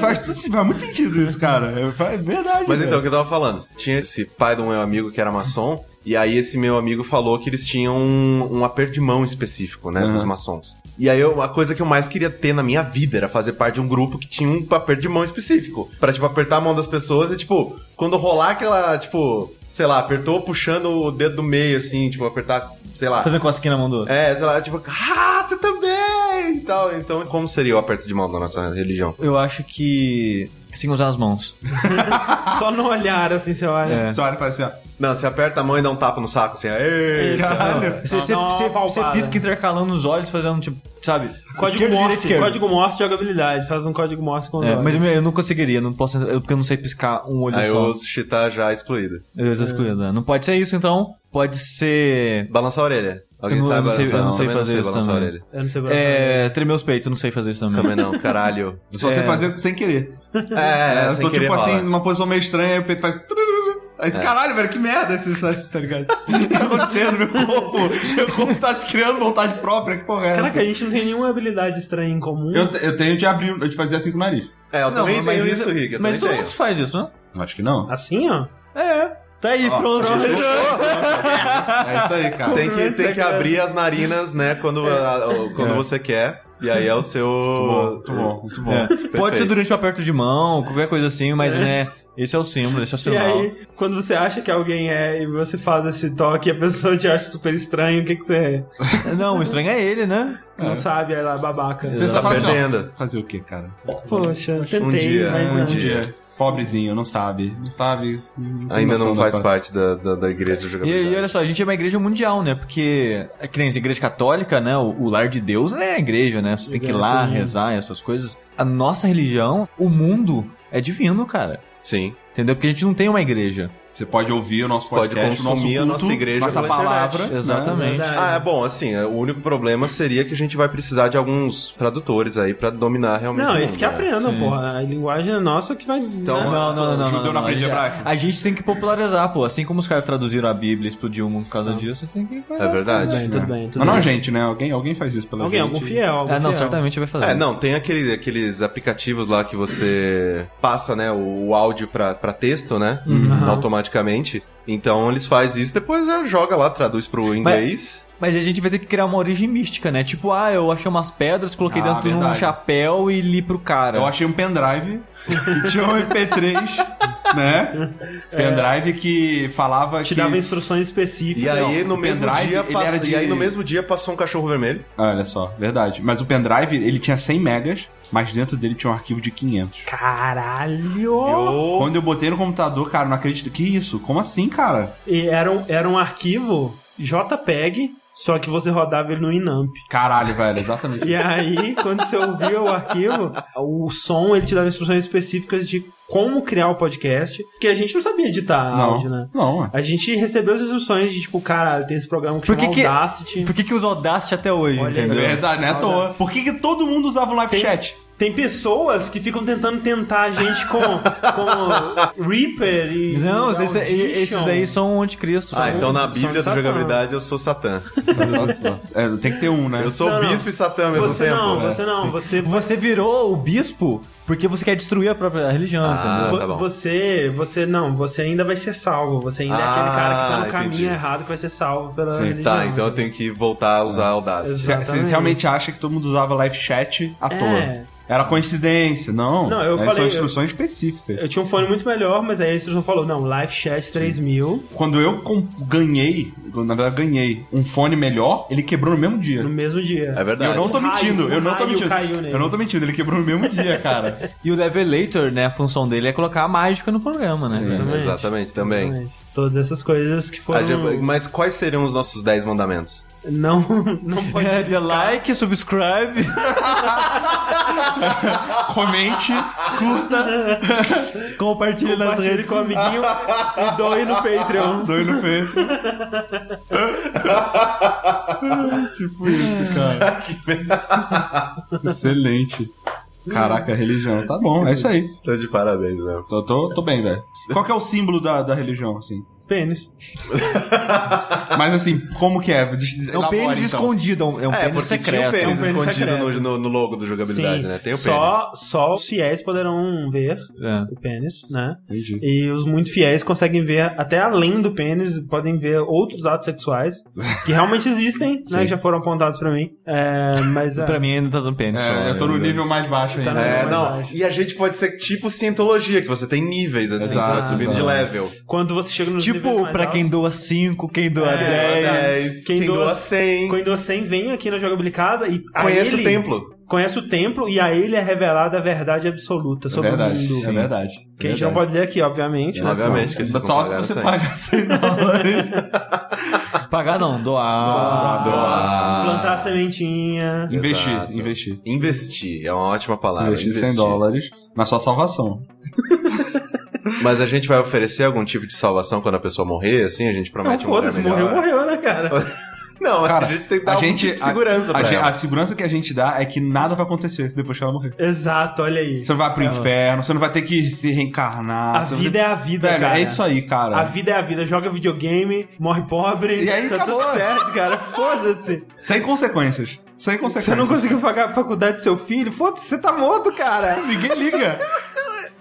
Speaker 3: faz, tudo, faz muito sentido isso, cara. É faz- é verdade.
Speaker 1: Mas
Speaker 3: velho.
Speaker 1: então, o que eu tava falando? Tinha esse pai do meu amigo que era maçom, e aí esse meu amigo falou que eles tinham um, um aperto de mão específico, né, dos maçons. E aí eu, a coisa que eu mais queria ter na minha vida era fazer parte de um grupo que tinha um aperto de mão específico. Pra, tipo, apertar a mão das pessoas e, tipo, quando rolar aquela, tipo, sei lá, apertou puxando o dedo do meio, assim, tipo, apertar, sei lá.
Speaker 4: Fazendo cosquinha na mão do outro.
Speaker 1: É, sei lá, tipo, ah, você também! E tal. Então, como seria o aperto de mão da nossa religião?
Speaker 4: Eu acho que. Sem usar as mãos.
Speaker 2: Só no olhar, assim, você
Speaker 1: É. então,
Speaker 2: olha.
Speaker 3: Você olha e fala assim, ó.
Speaker 1: Não, você aperta a mão e dá um tapa no saco, assim, "Ei,
Speaker 2: tipo,
Speaker 3: Caralho.
Speaker 4: Você, você,
Speaker 2: dá é uma
Speaker 4: você, você
Speaker 2: palpada.
Speaker 4: pisca intercalando os olhos, fazendo tipo, sabe?
Speaker 2: Código
Speaker 4: esquerda, direita,
Speaker 2: Morse.
Speaker 4: esquerda.
Speaker 2: Código Morse de jogabilidade. Faz um código Morse com os
Speaker 4: É,
Speaker 2: olhos.
Speaker 4: mas eu, eu não conseguiria, não posso, eu, porque eu não sei piscar um olho
Speaker 1: Aí
Speaker 4: só.
Speaker 1: o Chita já é excluído.
Speaker 4: Eu uso a escolha, né? Não pode ser isso, então. Pode ser.
Speaker 1: Balançar a orelha. Alguém
Speaker 4: Eu não-
Speaker 1: sabe
Speaker 4: eu não sei-
Speaker 1: balançar-
Speaker 4: eu não sei
Speaker 1: também
Speaker 4: fazer isso
Speaker 1: balançar a
Speaker 4: também.
Speaker 1: orelha.
Speaker 2: Eu não sei pra
Speaker 4: É, tremer os peitos, eu não sei fazer isso também.
Speaker 1: Também não, caralho.
Speaker 3: Só você
Speaker 4: É.
Speaker 3: fazer sem querer.
Speaker 1: É, é,
Speaker 3: eu
Speaker 1: sem
Speaker 3: tô
Speaker 1: querer É.
Speaker 3: tipo
Speaker 1: rolar.
Speaker 3: assim, numa posição meio estranha, aí o peito faz. Aí, diz, caralho, velho, que merda esse esse- tá ligado? O que tá acontecendo? Meu corpo, meu corpo tá criando vontade própria, que porra é essa?
Speaker 2: Caraca, a gente não tem nenhuma habilidade estranha em comum.
Speaker 3: Eu, te- eu tenho de abrir, eu de fazer assim com o nariz.
Speaker 1: É, eu também
Speaker 4: mas
Speaker 1: tenho isso, Rick. Eu
Speaker 4: Mas todo
Speaker 1: também
Speaker 4: mundo
Speaker 1: tenho.
Speaker 4: faz isso, né?
Speaker 3: Acho que não.
Speaker 2: Assim, ó.
Speaker 4: É. Tá aí, pronto.
Speaker 3: É isso aí, cara.
Speaker 1: Tem que, tem que
Speaker 2: Secreto.
Speaker 1: abrir as narinas, né, quando, a- o- quando você quer. E aí é o seu...
Speaker 3: Muito bom, muito bom.
Speaker 4: É.
Speaker 3: Muito bom.
Speaker 4: Pode ser durante o aperto de mão, qualquer coisa assim, mas né, esse é o símbolo, esse é
Speaker 2: E
Speaker 4: o sinal.
Speaker 2: aí, quando você acha que alguém é e você faz esse toque e a pessoa te acha super estranho, o que, que você
Speaker 4: Não, o estranho é ele, né?
Speaker 2: não sabe? Aí lá, babaca.
Speaker 3: Você só fala assim, ó,
Speaker 1: tá perdendo.
Speaker 3: fazer o quê, cara?
Speaker 4: Um
Speaker 2: Poxa, tentei,
Speaker 1: dia,
Speaker 2: mas
Speaker 1: um
Speaker 2: não.
Speaker 1: dia.
Speaker 3: É, Pobrezinho, não sabe. Não sabe. tem
Speaker 1: Ainda
Speaker 3: noção
Speaker 1: não
Speaker 3: da
Speaker 1: faz
Speaker 3: coisa.
Speaker 1: parte da, da, da igreja de
Speaker 4: E,
Speaker 1: jogabilidade.
Speaker 4: e olha só, a gente é uma igreja mundial, né? Porque, é que nem a igreja católica, né? O, o lar de Deus é a igreja, né? Você tem que ir lá
Speaker 2: Igreja, sim.
Speaker 4: rezar, essas coisas. A nossa religião, o mundo, é divino, cara.
Speaker 1: Sim.
Speaker 4: Entendeu? Porque a gente não tem uma igreja.
Speaker 3: Você pode ouvir o nosso
Speaker 1: Pode
Speaker 3: podcast, o nosso
Speaker 1: consumir a
Speaker 3: culto,
Speaker 1: nossa igreja
Speaker 3: nossa
Speaker 1: pela
Speaker 3: palavra.
Speaker 1: internet.
Speaker 3: né?
Speaker 4: Exatamente.
Speaker 2: verdade.
Speaker 1: Ah, é bom, assim, é, o único problema seria que a gente vai precisar de alguns tradutores aí pra dominar realmente o
Speaker 2: Não,
Speaker 1: mundo,
Speaker 2: eles que
Speaker 1: né?
Speaker 2: aprendam,
Speaker 4: Sim.
Speaker 2: porra. A linguagem é nossa que vai.
Speaker 1: Então,
Speaker 2: né?
Speaker 4: Não, não, não, não.
Speaker 3: Judeu
Speaker 4: não,
Speaker 3: não
Speaker 4: não,
Speaker 3: aprende
Speaker 4: a
Speaker 1: é
Speaker 4: gente-
Speaker 3: hebraico.
Speaker 4: A gente tem que popularizar, pô. Assim como os caras traduziram a Bíblia e explodiu o mundo por causa disso, tem que.
Speaker 1: É verdade.
Speaker 2: Tudo bem, tudo bem. Tudo
Speaker 3: Mas não a
Speaker 2: bem.
Speaker 3: gente, né? Alguém, alguém faz isso pela
Speaker 2: Alguém,
Speaker 3: gente.
Speaker 2: algum fiel. Algum
Speaker 4: Ah, não,
Speaker 2: fiel.
Speaker 4: certamente vai fazer.
Speaker 1: É, não, tem aquele, aqueles aplicativos lá que você passa, né, o, o áudio pra, pra texto, né,
Speaker 2: Uhum.
Speaker 1: automaticamente. Então eles fazem isso, depois já joga lá, traduz pro inglês.
Speaker 4: Mas a gente vai ter que criar uma origem mística, né? Tipo, ah, eu achei umas pedras, coloquei
Speaker 3: Ah,
Speaker 4: dentro de um
Speaker 3: verdade.
Speaker 4: chapéu e li pro cara.
Speaker 3: Eu achei um pendrive que tinha um MP3, né? Pendrive que falava
Speaker 2: Te
Speaker 3: que...
Speaker 2: dava instruções específicas.
Speaker 1: E aí,
Speaker 3: Não,
Speaker 1: no
Speaker 3: o
Speaker 1: mesmo
Speaker 3: pendrive,
Speaker 1: dia,
Speaker 3: ele
Speaker 1: passa-
Speaker 3: era de-
Speaker 1: e aí no mesmo dia passou um cachorro vermelho.
Speaker 3: Ah, Olha só, verdade. Mas o pendrive, ele tinha 100 megas, mas dentro dele tinha um arquivo de 500.
Speaker 2: Caralho!
Speaker 3: Quando eu botei no computador, cara, não acredito. Que isso? Como assim, cara?
Speaker 2: E era um, era um arquivo JPEG, só que você rodava ele no Inamp.
Speaker 3: Caralho, velho, exatamente.
Speaker 2: E é aí, quando você ouvia o arquivo, o som ele te dava instruções específicas de como criar o podcast, porque a gente não sabia editar
Speaker 3: não,
Speaker 2: áudio, né?
Speaker 3: não, ué.
Speaker 2: A gente recebeu as instruções de tipo, caralho, tem esse programa que
Speaker 4: Por que
Speaker 2: chama
Speaker 4: que-
Speaker 2: Audacity.
Speaker 4: Por que, que usa Audacity até hoje,
Speaker 2: Olha aí.
Speaker 3: É
Speaker 4: entendeu?
Speaker 3: verdade, né? À toa. Por que, que todo mundo usava o live chat?
Speaker 2: Tem pessoas que ficam tentando tentar a gente com, com Reaper e.
Speaker 4: Não,
Speaker 2: e
Speaker 4: esses,
Speaker 2: Audition.
Speaker 4: esses daí são o anticristo.
Speaker 1: Ah,
Speaker 4: sabe?
Speaker 1: então na
Speaker 2: São de
Speaker 1: Bíblia da
Speaker 2: Satã.
Speaker 1: jogabilidade eu sou Satã.
Speaker 3: É, tem que ter um, né?
Speaker 1: Eu sou
Speaker 2: Não, não.
Speaker 1: bispo e Satã ao mesmo
Speaker 2: Você
Speaker 1: tempo.
Speaker 2: não,
Speaker 1: né?
Speaker 2: você não, você.
Speaker 4: Você virou o bispo porque você quer destruir a própria religião,
Speaker 1: Ah,
Speaker 4: entendeu?
Speaker 1: tá bom.
Speaker 2: Você, você não, você ainda vai ser salvo. Você ainda é aquele
Speaker 1: Ah,
Speaker 2: cara que tá no
Speaker 1: entendi.
Speaker 2: caminho errado que vai ser salvo pela
Speaker 3: Sim,
Speaker 2: religião.
Speaker 1: Tá, então eu tenho que voltar a usar a Audacity.
Speaker 2: Exato.
Speaker 3: Você você
Speaker 2: Exatamente.
Speaker 3: realmente acha que todo mundo usava live chat à
Speaker 2: É.
Speaker 3: toa? Era coincidência, não.
Speaker 2: Não, eu
Speaker 3: Essas são
Speaker 2: falei-
Speaker 3: instruções específicas.
Speaker 2: Eu tinha um fone muito melhor, mas aí a instrução falou: não, Live Chat 3000
Speaker 3: Quando eu com- ganhei, na verdade ganhei, um fone melhor, ele quebrou no mesmo dia.
Speaker 2: no mesmo dia.
Speaker 1: É
Speaker 3: E eu
Speaker 1: verdade.
Speaker 3: não tô
Speaker 2: O raio-
Speaker 3: mentindo, eu
Speaker 2: o
Speaker 3: não tô
Speaker 2: raio
Speaker 3: mentindo.
Speaker 2: caiu nele.
Speaker 3: eu não tô mentindo, ele quebrou no mesmo dia, cara.
Speaker 4: E o Levelator, né, a função dele é colocar a mágica no programa, né?
Speaker 3: Sim.
Speaker 1: Exatamente, também. Ah,
Speaker 2: Todas essas coisas que
Speaker 1: A gente-
Speaker 2: foram.
Speaker 1: Mas quais seriam os nossos 10 mandamentos?
Speaker 2: Não, não pode.
Speaker 4: É, dê
Speaker 2: arriscar.
Speaker 4: like, subscribe.
Speaker 3: Comente, curta,
Speaker 4: Compartilhe nas
Speaker 2: Compartilhe
Speaker 4: redes
Speaker 2: com o amiguinho
Speaker 4: e doe no Patreon.
Speaker 3: doe no peito. tipo isso, cara. Excelente. Caraca, religião. Tá bom, é isso aí.
Speaker 1: Tô de parabéns, né?
Speaker 3: Tô, tô, tô bem, velho. Qual que é o símbolo da, da religião, assim?
Speaker 2: Pênis.
Speaker 3: Mas assim, como que é? Des-
Speaker 4: É um
Speaker 3: elabora,
Speaker 4: pênis
Speaker 3: então.
Speaker 4: escondido, é um- é um
Speaker 1: É,
Speaker 4: pênis
Speaker 1: porque tinha o
Speaker 4: secreto.
Speaker 1: pênis
Speaker 2: É um pênis
Speaker 1: escondido
Speaker 2: secreto.
Speaker 1: no, no- no logo do jogabilidade, né? Tem o pênis.
Speaker 2: Só, só os fiéis poderão ver
Speaker 4: É.
Speaker 2: o pênis, né?
Speaker 3: Entendi.
Speaker 2: E os muito fiéis conseguem ver até além do pênis, podem ver outros atos sexuais que realmente existem, né?
Speaker 1: Sim.
Speaker 2: Que já foram apontados pra mim. É, mas é,
Speaker 4: Pra mim ainda tá dando pênis. só,
Speaker 3: É, eu tô
Speaker 4: né?
Speaker 3: no nível mais baixo ainda.
Speaker 2: Tá no-
Speaker 1: É,
Speaker 2: mais
Speaker 1: não.
Speaker 2: baixo.
Speaker 1: E a gente pode ser tipo cientologia, que você tem níveis, assim,
Speaker 3: Exato,
Speaker 1: você vai subindo de
Speaker 3: exato.
Speaker 1: level.
Speaker 2: quando você chega no
Speaker 4: Tipo, pra quem doa 5, quem doa
Speaker 2: É,
Speaker 4: 10.
Speaker 2: verdade.
Speaker 1: quem,
Speaker 2: Quem
Speaker 1: doa
Speaker 2: doa
Speaker 1: 100,
Speaker 2: Quando você vem aqui na Jogabilidade Casa e a
Speaker 1: conhece o
Speaker 2: ele-
Speaker 1: templo.
Speaker 2: Conhece o templo e a ele é revelada a verdade absoluta
Speaker 3: É
Speaker 2: sobre
Speaker 3: verdade,
Speaker 2: o mundo.
Speaker 3: é verdade.
Speaker 2: Que a gente
Speaker 3: Verdade.
Speaker 2: não pode dizer aqui, obviamente. né?
Speaker 1: Obviamente, que
Speaker 3: Só,
Speaker 1: vocês
Speaker 3: só
Speaker 1: não pagaram
Speaker 3: se você
Speaker 1: isso aí.
Speaker 3: pagar 100 dólares.
Speaker 4: Pagar não, doar.
Speaker 3: Doar, doar.
Speaker 2: Plantar a sementinha.
Speaker 3: Investir,
Speaker 1: Exato.
Speaker 3: investir.
Speaker 1: Investir, é uma ótima palavra.
Speaker 3: investir 100 dólares na sua salvação.
Speaker 1: Mas a gente vai oferecer algum tipo de salvação quando a pessoa morrer, assim? A gente
Speaker 2: Não,
Speaker 1: promete um lugar
Speaker 2: foda-se, morreu,
Speaker 1: melhor.
Speaker 2: morreu, né, cara?
Speaker 1: Não,
Speaker 3: Cara,
Speaker 1: a gente tem que dar algum tipo de segurança
Speaker 3: a,
Speaker 1: pra
Speaker 3: a, gente-
Speaker 1: ela.
Speaker 3: a segurança que a gente dá é que nada vai acontecer depois que ela morrer.
Speaker 2: Exato, olha aí.
Speaker 3: Você não vai pro
Speaker 2: É.
Speaker 3: inferno, você não vai ter que se reencarnar.
Speaker 2: A
Speaker 3: você
Speaker 2: vida é a vida,
Speaker 3: Velho,
Speaker 2: cara.
Speaker 3: é isso aí, cara.
Speaker 2: A vida é a vida. Joga videogame, morre pobre.
Speaker 3: E aí
Speaker 2: tá
Speaker 3: acabou.
Speaker 2: tudo certo, cara. Foda-se.
Speaker 3: Sem consequências. Sem consequências.
Speaker 2: Você não conseguiu pagar a faculdade do seu filho? Foda-se, você tá morto, cara.
Speaker 3: Ninguém liga.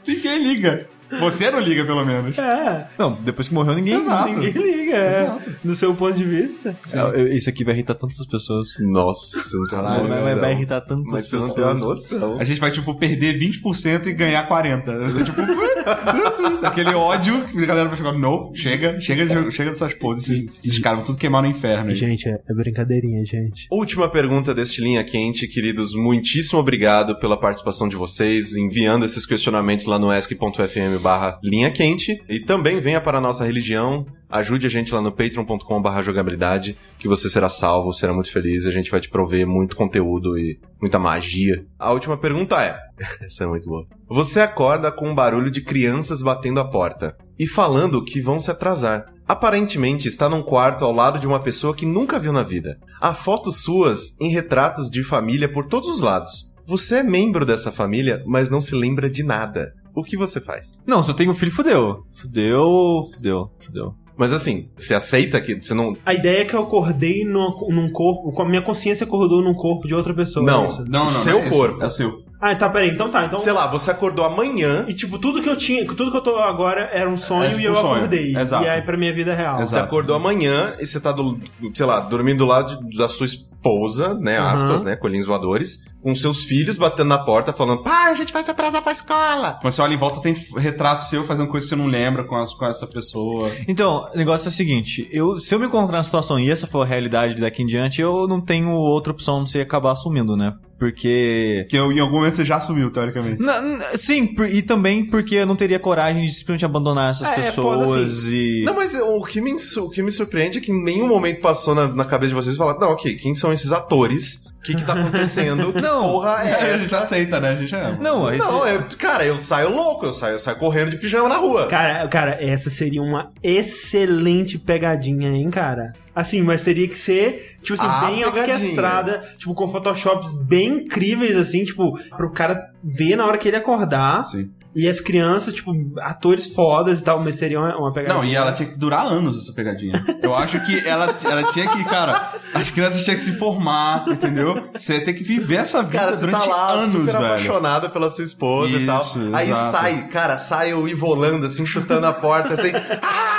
Speaker 3: Ninguém liga. Você não liga, pelo menos.
Speaker 2: É.
Speaker 4: Não, depois que morreu ninguém.
Speaker 3: Exato.
Speaker 2: Ninguém liga, sim, é. Do seu ponto de vista.
Speaker 4: Eu- eu- Isso aqui vai irritar tantas pessoas.
Speaker 1: Nossa, você não tem uma
Speaker 4: Vai- vai, vai
Speaker 1: noção.
Speaker 4: irritar é tantas
Speaker 1: Mas você
Speaker 4: pessoas.
Speaker 1: não tem uma noção.
Speaker 3: A gente vai, tipo, perder 20% e ganhar 40%. Vai ser, tipo, aquele ódio que a galera vai chegar, não, chega, chega, de- chega dessas poses. Esses, esses caras vão tudo queimar no inferno.
Speaker 2: Gente, é, é brincadeirinha, gente.
Speaker 1: Última pergunta deste Linha Quente, queridos. Muitíssimo obrigado pela participação de vocês, enviando esses questionamentos lá no esc.fm barra Linha Quente. E também venha para a nossa religião, ajude a gente lá no patreon.com barra jogabilidade, que você será salvo, será muito feliz, a gente vai te prover muito conteúdo e muita magia. A última pergunta é... Essa é muito boa. Você acorda com um barulho de crianças batendo a porta e falando que vão se atrasar. Aparentemente está num quarto ao lado de uma pessoa que nunca viu na vida. Há fotos suas em retratos de família por todos os lados. Você é membro dessa família, mas não se lembra de nada. O que você faz?
Speaker 4: Não, se eu tenho um filho, fudeu. Fudeu, fudeu, fudeu.
Speaker 1: Mas assim, você aceita que você não.
Speaker 2: A ideia é que eu acordei no, num corpo. com A minha consciência acordou num corpo de outra pessoa.
Speaker 1: Não.
Speaker 2: é isso?
Speaker 3: Não, não,
Speaker 1: Seu
Speaker 3: não é isso,
Speaker 1: corpo.
Speaker 3: É seu.
Speaker 2: Ah, tá, peraí. Então tá. Então.
Speaker 1: Sei lá, você acordou amanhã.
Speaker 2: E tipo, tudo que eu tinha, tudo que eu tô agora era um sonho
Speaker 3: É tipo
Speaker 2: e eu
Speaker 3: um sonho.
Speaker 2: acordei.
Speaker 3: Exato.
Speaker 2: E aí pra minha vida real.
Speaker 1: Você
Speaker 3: Exato.
Speaker 1: acordou amanhã e você tá, do, sei lá, dormindo do lado de- da sua esposa, né?
Speaker 2: Uhum.
Speaker 1: Aspas, né? Colinhos voadores. Com seus filhos batendo na porta, falando: pai, a gente vai se atrasar pra escola.
Speaker 3: Quando você olha em volta, tem f- retrato seu fazendo coisa que você não lembra com, as- com essa pessoa.
Speaker 4: Então, o negócio é o seguinte: eu, se eu me encontrar na situação e essa for a realidade daqui em diante, eu não tenho outra opção não sei acabar assumindo, né? Porque.
Speaker 3: Que eu- em algum momento você já assumiu, teoricamente.
Speaker 4: Na- na- sim, por- e também porque eu não teria coragem de simplesmente abandonar essas
Speaker 2: É, é foda,
Speaker 4: pessoas e.
Speaker 1: Não, mas o que, me, su- o que me surpreende é que em nenhum momento passou na, na cabeça de vocês falar, não, ok, quem são esses atores? O que, que tá acontecendo? Que
Speaker 4: Não.
Speaker 1: porra é
Speaker 3: É, a
Speaker 1: essa?
Speaker 3: gente aceita, né? A gente é.
Speaker 4: Não, esse-
Speaker 1: Não, eu- cara, eu saio louco, eu saio, eu saio correndo de pijama na rua.
Speaker 2: Cara, cara, essa seria uma excelente pegadinha, hein, cara? Assim, mas teria que ser, tipo assim,
Speaker 1: Ah,
Speaker 2: bem
Speaker 1: pegadinha.
Speaker 2: orquestrada, tipo, com photoshops bem incríveis, assim, tipo, pro cara ver na hora que ele acordar.
Speaker 3: Sim.
Speaker 2: E as crianças, tipo, atores fodas e tal, mas seria uma, uma pegadinha.
Speaker 3: Não, e ela tinha que durar anos essa pegadinha. Eu acho que ela, ela tinha que, cara, as crianças tinham que se formar, entendeu? Você tem que viver essa vida
Speaker 1: Cara, você
Speaker 3: durante
Speaker 1: tá lá
Speaker 3: anos,
Speaker 1: super
Speaker 3: velho.
Speaker 1: apaixonada pela sua esposa e tal.
Speaker 3: Isso,
Speaker 1: Aí
Speaker 3: exato.
Speaker 1: sai, cara, sai eu ir volando, assim, chutando a porta, assim.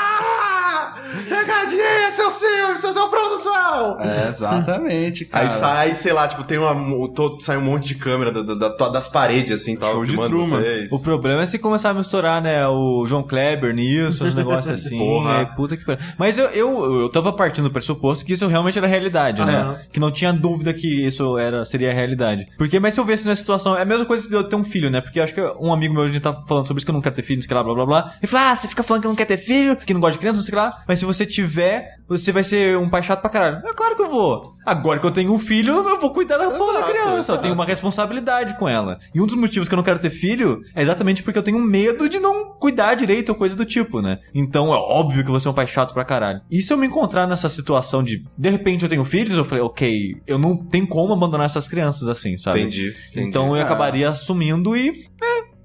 Speaker 1: ah! Pegadinha, seu Silvio, seu seu produção!
Speaker 3: É, exatamente, cara.
Speaker 1: Aí sai, sei lá, tipo, tem uma. to- sai um monte de câmera da- da- da- das paredes, assim, tal,
Speaker 3: Show de
Speaker 1: filmando
Speaker 3: Truman.
Speaker 1: vocês.
Speaker 4: O problema é se começar a misturar, né, o João Kleber nisso, os negócios assim.
Speaker 1: Porra.
Speaker 4: aí puta que pariu. Mas eu, eu, eu tava partindo do pressuposto que isso realmente era realidade,
Speaker 2: Aham.
Speaker 4: né? Que não tinha dúvida que isso era, seria a realidade. Porque, mas se eu visse nessa situação, é a mesma coisa que eu ter um filho, né? Porque eu acho que um amigo meu, a gente tá falando sobre isso, que eu não quero ter filho, não sei o que lá, blá blá blá. Ele fala, ah, você fica falando que não quer ter filho, que não gosta de criança, não sei o que lá. Mas se você tiver, você vai ser um pai chato pra caralho. É claro que eu vou. Agora que eu tenho um filho, eu vou cuidar da porra da
Speaker 1: Exato,
Speaker 4: criança. Eu tenho uma responsabilidade com ela. E um dos motivos que eu não quero ter filho é exatamente porque eu tenho medo de não cuidar direito ou coisa do tipo, né? Então é óbvio que eu vou ser um pai chato pra caralho. E se eu me encontrar nessa situação de, de repente eu tenho filhos, eu falei, ok, eu não tenho como abandonar essas crianças assim, sabe?
Speaker 1: Entendi, entendi.
Speaker 4: Então
Speaker 2: Ah.
Speaker 4: eu acabaria assumindo e.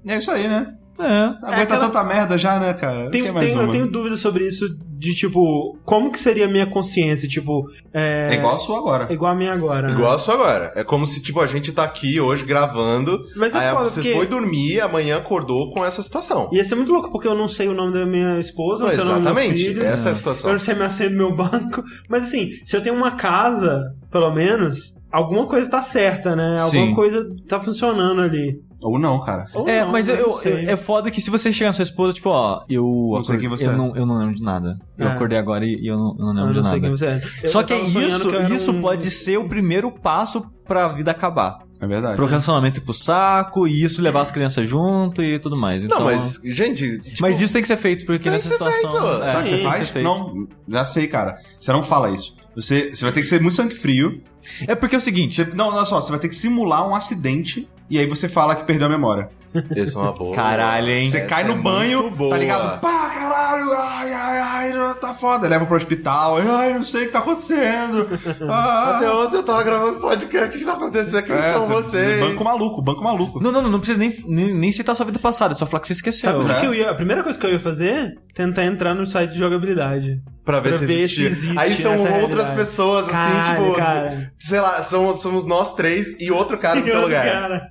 Speaker 3: É isso aí, né?
Speaker 4: É.
Speaker 3: Aguenta
Speaker 2: aquela-
Speaker 3: tanta merda já, né, cara?
Speaker 2: Tem- um
Speaker 3: Tem, mais
Speaker 2: tem-
Speaker 3: uma?
Speaker 2: eu tenho dúvida sobre isso, de tipo, como que seria a minha consciência? Tipo, é,
Speaker 3: É igual a sua agora.
Speaker 2: igual a minha agora. né?
Speaker 1: Igual a sua agora. É como se, tipo, a gente tá aqui hoje gravando.
Speaker 2: Mas é
Speaker 1: aí
Speaker 2: foda,
Speaker 1: você
Speaker 2: porque-
Speaker 1: foi dormir, amanhã acordou com essa situação.
Speaker 2: Ia ser muito louco, porque eu não sei o nome da minha esposa, não sei o nome dos meus
Speaker 1: Exatamente.
Speaker 2: filhos.
Speaker 1: Essa é a
Speaker 2: né? Eu
Speaker 1: situação.
Speaker 2: não sei me acendo meu banco. Mas assim, se eu tenho uma casa, pelo menos, alguma coisa tá certa, né? Alguma
Speaker 4: Sim.
Speaker 2: coisa tá funcionando ali.
Speaker 3: Ou não, cara.
Speaker 2: Ou
Speaker 4: É,
Speaker 2: não, né?
Speaker 4: mas eu,
Speaker 2: não
Speaker 4: eu-
Speaker 2: sei.
Speaker 4: é foda que se você chegar na sua esposa, tipo, ó, eu.
Speaker 3: Não sei
Speaker 4: acordei-
Speaker 3: quem você
Speaker 4: eu,
Speaker 3: é.
Speaker 4: não, eu não lembro de nada. Eu
Speaker 2: É.
Speaker 4: acordei agora e, e eu não, eu não
Speaker 2: Eu
Speaker 4: lembro de
Speaker 2: não
Speaker 4: nada.
Speaker 2: sei quem você é. Eu-
Speaker 4: Só
Speaker 2: eu
Speaker 4: que
Speaker 2: tava sonhando
Speaker 4: isso,
Speaker 2: que eu era
Speaker 4: isso
Speaker 2: um-
Speaker 4: pode ser o primeiro passo pra vida acabar.
Speaker 3: É verdade.
Speaker 4: Pro relacionamento ir pro saco e isso levar as crianças junto e tudo mais. Então,
Speaker 1: Não, mas, gente. tipo,
Speaker 4: mas isso tem que ser feito, porque
Speaker 1: tem que
Speaker 4: nessa
Speaker 1: ser
Speaker 4: situação.
Speaker 1: feito.
Speaker 4: É,
Speaker 3: Sabe o que você
Speaker 4: tem
Speaker 3: faz?
Speaker 4: ser feito.
Speaker 3: Não, já sei, cara. Você não fala isso. Você, você vai ter que ser muito sangue frio.
Speaker 4: É porque é o seguinte.
Speaker 3: Você- não, olha só, você vai ter que simular um acidente e aí você fala que perdeu a memória.
Speaker 1: Essa é uma boa.
Speaker 4: Caralho, hein?
Speaker 3: Você
Speaker 1: Essa
Speaker 3: cai
Speaker 1: é
Speaker 3: no banho,
Speaker 1: muito boa.
Speaker 3: tá ligado? Pá, caralho, ai, ai, ai, não, tá foda. Leva pro hospital, ai, não sei o que tá acontecendo.
Speaker 1: Até
Speaker 3: Ah,
Speaker 1: ontem eu tava gravando podcast. O que tá acontecendo? Quem
Speaker 3: É,
Speaker 1: são
Speaker 3: você-
Speaker 1: vocês?
Speaker 3: Banco maluco, banco maluco.
Speaker 4: Não, não, não, não precisa nem, nem, nem citar sua vida passada, é só falar que você esqueceu.
Speaker 2: Sabe o
Speaker 3: né?
Speaker 2: que eu ia? A primeira coisa que eu ia fazer? Tentar entrar no site de jogabilidade.
Speaker 1: Pra ver,
Speaker 2: Pra
Speaker 1: se,
Speaker 2: ver se
Speaker 1: existia.
Speaker 2: existe
Speaker 1: Aí são
Speaker 2: essa
Speaker 1: outras
Speaker 2: realidade.
Speaker 1: pessoas, assim,
Speaker 2: Caralho,
Speaker 1: tipo.
Speaker 2: cara.
Speaker 1: Sei lá, são- somos nós três e outro cara no teu lugar.
Speaker 2: Cara.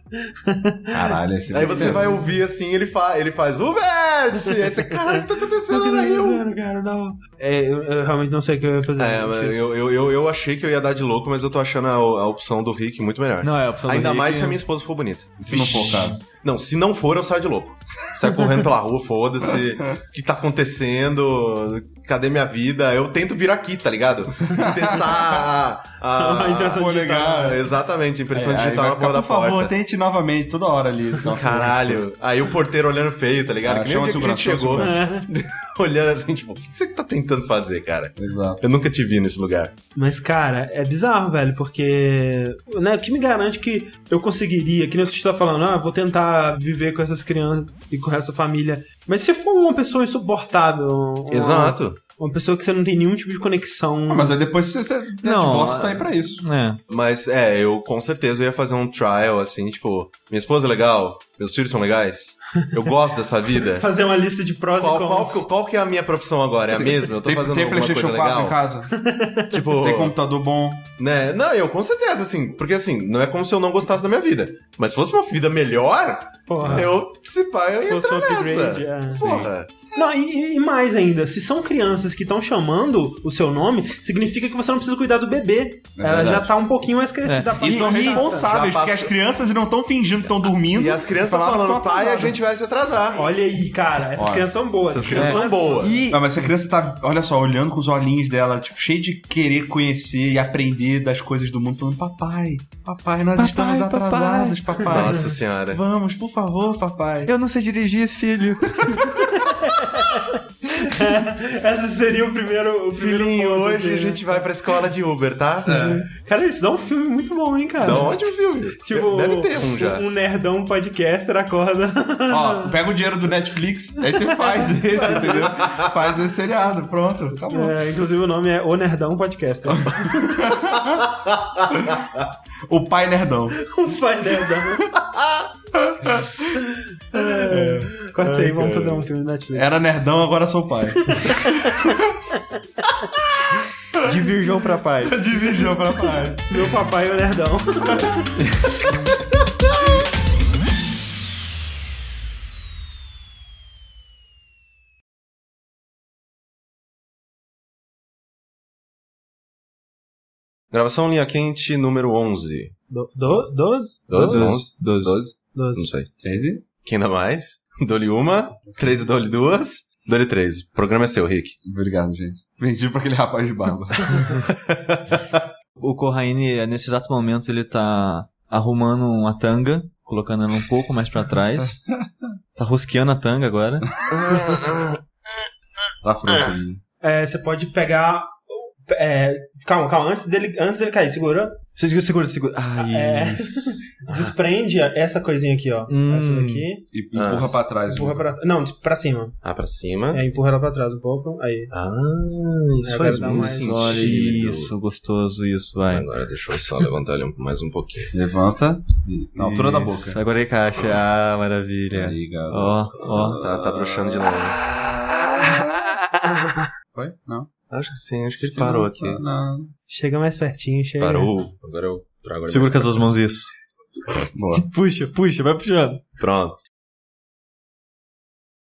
Speaker 3: Caralho, esse é um
Speaker 1: Aí você
Speaker 3: desenho.
Speaker 1: vai ouvir assim, ele, fa ele faz o vértice! Aí você, cara, o que tá acontecendo na Rio?
Speaker 2: cara, não. É, eu, eu realmente não sei o que eu ia fazer. tipo,
Speaker 1: É,
Speaker 2: gente,
Speaker 1: mas
Speaker 2: isso.
Speaker 1: eu, eu, eu, eu achei que eu ia dar de louco, mas eu tô achando a, a opção do Rick muito melhor.
Speaker 4: Não, é a opção do
Speaker 1: Ainda
Speaker 4: Rick.
Speaker 1: mais se a minha esposa for bonita.
Speaker 3: Se não for, cara.
Speaker 1: Não, se não for, eu saio de louco. Saio correndo pela rua, foda-se. O que tá acontecendo? Cadê minha vida? Eu tento vir aqui, tá ligado? Testar a. a,
Speaker 2: A impressão
Speaker 1: Pô,
Speaker 2: digital.
Speaker 1: legal. Exatamente, a impressão
Speaker 3: É, Aí
Speaker 1: digital
Speaker 3: vai
Speaker 1: na
Speaker 3: ficar,
Speaker 1: porta da
Speaker 3: por favor,
Speaker 1: porta.
Speaker 3: tente novamente, toda hora ali.
Speaker 1: Caralho. Aí o porteiro olhando feio, tá ligado?
Speaker 3: Ah,
Speaker 1: que nem o dia que a
Speaker 3: chama a
Speaker 1: gente chegou.
Speaker 3: segurança,
Speaker 2: É.
Speaker 1: olhando assim, tipo, o que você tá tentando fazer, cara?
Speaker 3: Exato.
Speaker 1: Eu nunca te vi nesse lugar.
Speaker 2: Mas, cara, é bizarro, velho, porque. Né, o que me garante que eu conseguiria, que nem você está falando, ah, vou tentar viver com essas crianças e com essa família. Mas se for uma pessoa insuportável. uma- Uma pessoa que você não tem nenhum tipo de conexão.
Speaker 3: Ah, mas aí depois você, você
Speaker 4: Não,
Speaker 3: divórcio, tá
Speaker 4: é-
Speaker 3: aí pra isso.
Speaker 4: É.
Speaker 1: Mas é, eu com certeza ia fazer um trial, assim, tipo, minha esposa é legal, meus filhos são legais, eu gosto dessa vida.
Speaker 2: Fazer uma lista de prós
Speaker 1: é. Qual,
Speaker 2: e
Speaker 1: qual
Speaker 2: contras.
Speaker 1: que, qual que é a minha profissão agora? É a mesma? Eu tô
Speaker 3: tem,
Speaker 1: fazendo
Speaker 3: tem
Speaker 1: alguma
Speaker 3: PlayStation
Speaker 1: coisa
Speaker 3: 4 em
Speaker 1: legal?
Speaker 3: casa?
Speaker 1: Tipo,
Speaker 3: Tem computador bom?
Speaker 1: né? Não, eu com certeza, assim, porque assim, não é como se eu não gostasse da minha vida. Mas se fosse uma vida melhor,
Speaker 2: Porra.
Speaker 1: eu, se pá, eu
Speaker 2: Ah. Se
Speaker 1: ia
Speaker 2: fosse um
Speaker 1: entrar
Speaker 2: upgrade,
Speaker 1: nessa.
Speaker 2: é.
Speaker 1: Porra.
Speaker 2: Não, e, e mais ainda, se são crianças que estão chamando o seu nome, significa que você não precisa cuidar do bebê.
Speaker 3: É
Speaker 2: Ela
Speaker 3: verdade.
Speaker 2: já tá um pouquinho mais crescida.
Speaker 4: E são
Speaker 3: é um
Speaker 1: responsáveis, porque as
Speaker 3: crianças não estão fingindo que estão dormindo.
Speaker 1: E as crianças estão falando, pai, a gente vai se atrasar.
Speaker 2: Olha aí, cara, essas
Speaker 3: Olha,
Speaker 2: crianças são boas.
Speaker 1: Essas crianças são boas.
Speaker 4: E
Speaker 3: Ah, mas essa criança tá, olha só, olhando com os olhinhos dela, tipo, cheio de querer conhecer e aprender das coisas do mundo, falando, papai, papai, nós
Speaker 4: Papai,
Speaker 3: estamos
Speaker 4: papai."
Speaker 3: atrasados, papai.
Speaker 1: Nossa senhora.
Speaker 3: Vamos, por favor, papai.
Speaker 4: eu não sei dirigir, filho.
Speaker 2: Esse seria o primeiro. O primeiro
Speaker 1: Filhinho,
Speaker 2: ponto,
Speaker 1: hoje
Speaker 2: assim,
Speaker 1: a
Speaker 2: né?
Speaker 1: gente vai pra escola de Uber, tá? É.
Speaker 2: Cara, isso dá um filme muito bom, hein, cara?
Speaker 1: Dá um ótimo filme.
Speaker 2: Tipo,
Speaker 1: Deve ter um já.
Speaker 2: Um nerdão podcaster acorda.
Speaker 3: Ó, pega o dinheiro do Netflix, aí você faz esse, entendeu? Faz esse seriado, pronto, acabou.
Speaker 2: É, inclusive o nome é O Nerdão Podcaster.
Speaker 3: O pai nerdão.
Speaker 2: um pai nerdão. É, Corta isso aí, vamos fazer um filme do Netflix.
Speaker 3: Era nerdão, agora sou pai.
Speaker 4: Divirjam pra pai.
Speaker 3: Dividiu pra pai.
Speaker 2: Meu papai é o nerdão.
Speaker 1: Gravação Linha Quente número 11.
Speaker 2: Do, do, doze?
Speaker 1: 12?
Speaker 2: Doze?
Speaker 1: 11? 12?
Speaker 2: Doze.
Speaker 1: Não sei.
Speaker 3: 13?
Speaker 1: Quem dá mais? Dou-lhe uma. Três, dou-lhe duas. Dou-lhe três. O programa é seu, Rick.
Speaker 3: Obrigado, gente. Vendi pra aquele rapaz de barba.
Speaker 4: O Corraine, nesse exato momento, ele tá arrumando uma tanga, colocando ela um pouco mais pra trás. Tá rosqueando a tanga agora.
Speaker 3: Tá frio.
Speaker 2: É, você pode pegar. é, calma, calma. Antes dele, antes dele cair, segurou?
Speaker 4: Você diga, segura, segura. Ai,
Speaker 2: É. Desprende essa coisinha aqui, ó.
Speaker 4: Hum.
Speaker 2: Essa daqui.
Speaker 3: E empurra pra trás.
Speaker 2: Empurra pra. Não, pra cima.
Speaker 1: Ah, pra cima.
Speaker 2: É, empurra ela pra trás um pouco. Aí.
Speaker 1: Ah, isso
Speaker 2: É,
Speaker 1: faz
Speaker 2: vai dar
Speaker 1: muito
Speaker 2: mais-
Speaker 1: sentido.
Speaker 4: Olha isso, gostoso isso, vai.
Speaker 1: Agora deixa eu só levantar ele um- mais um pouquinho.
Speaker 3: Levanta. Na altura da
Speaker 4: Isso,
Speaker 3: boca.
Speaker 4: Agora encaixa. Ah,
Speaker 1: É.
Speaker 4: maravilha.
Speaker 3: Aí, garoto.
Speaker 4: Ó, ó.
Speaker 1: Tá, tá broxando de novo.
Speaker 3: Foi? Não.
Speaker 1: Acho que sim, acho que ele parou aqui.
Speaker 3: Não.
Speaker 2: Chega mais pertinho, chega.
Speaker 1: Parou. tá. Agora eu trago ele
Speaker 4: Segura
Speaker 1: mais
Speaker 4: com as duas mãos isso.
Speaker 3: Boa.
Speaker 4: Puxa, puxa, vai puxando.
Speaker 1: Pronto.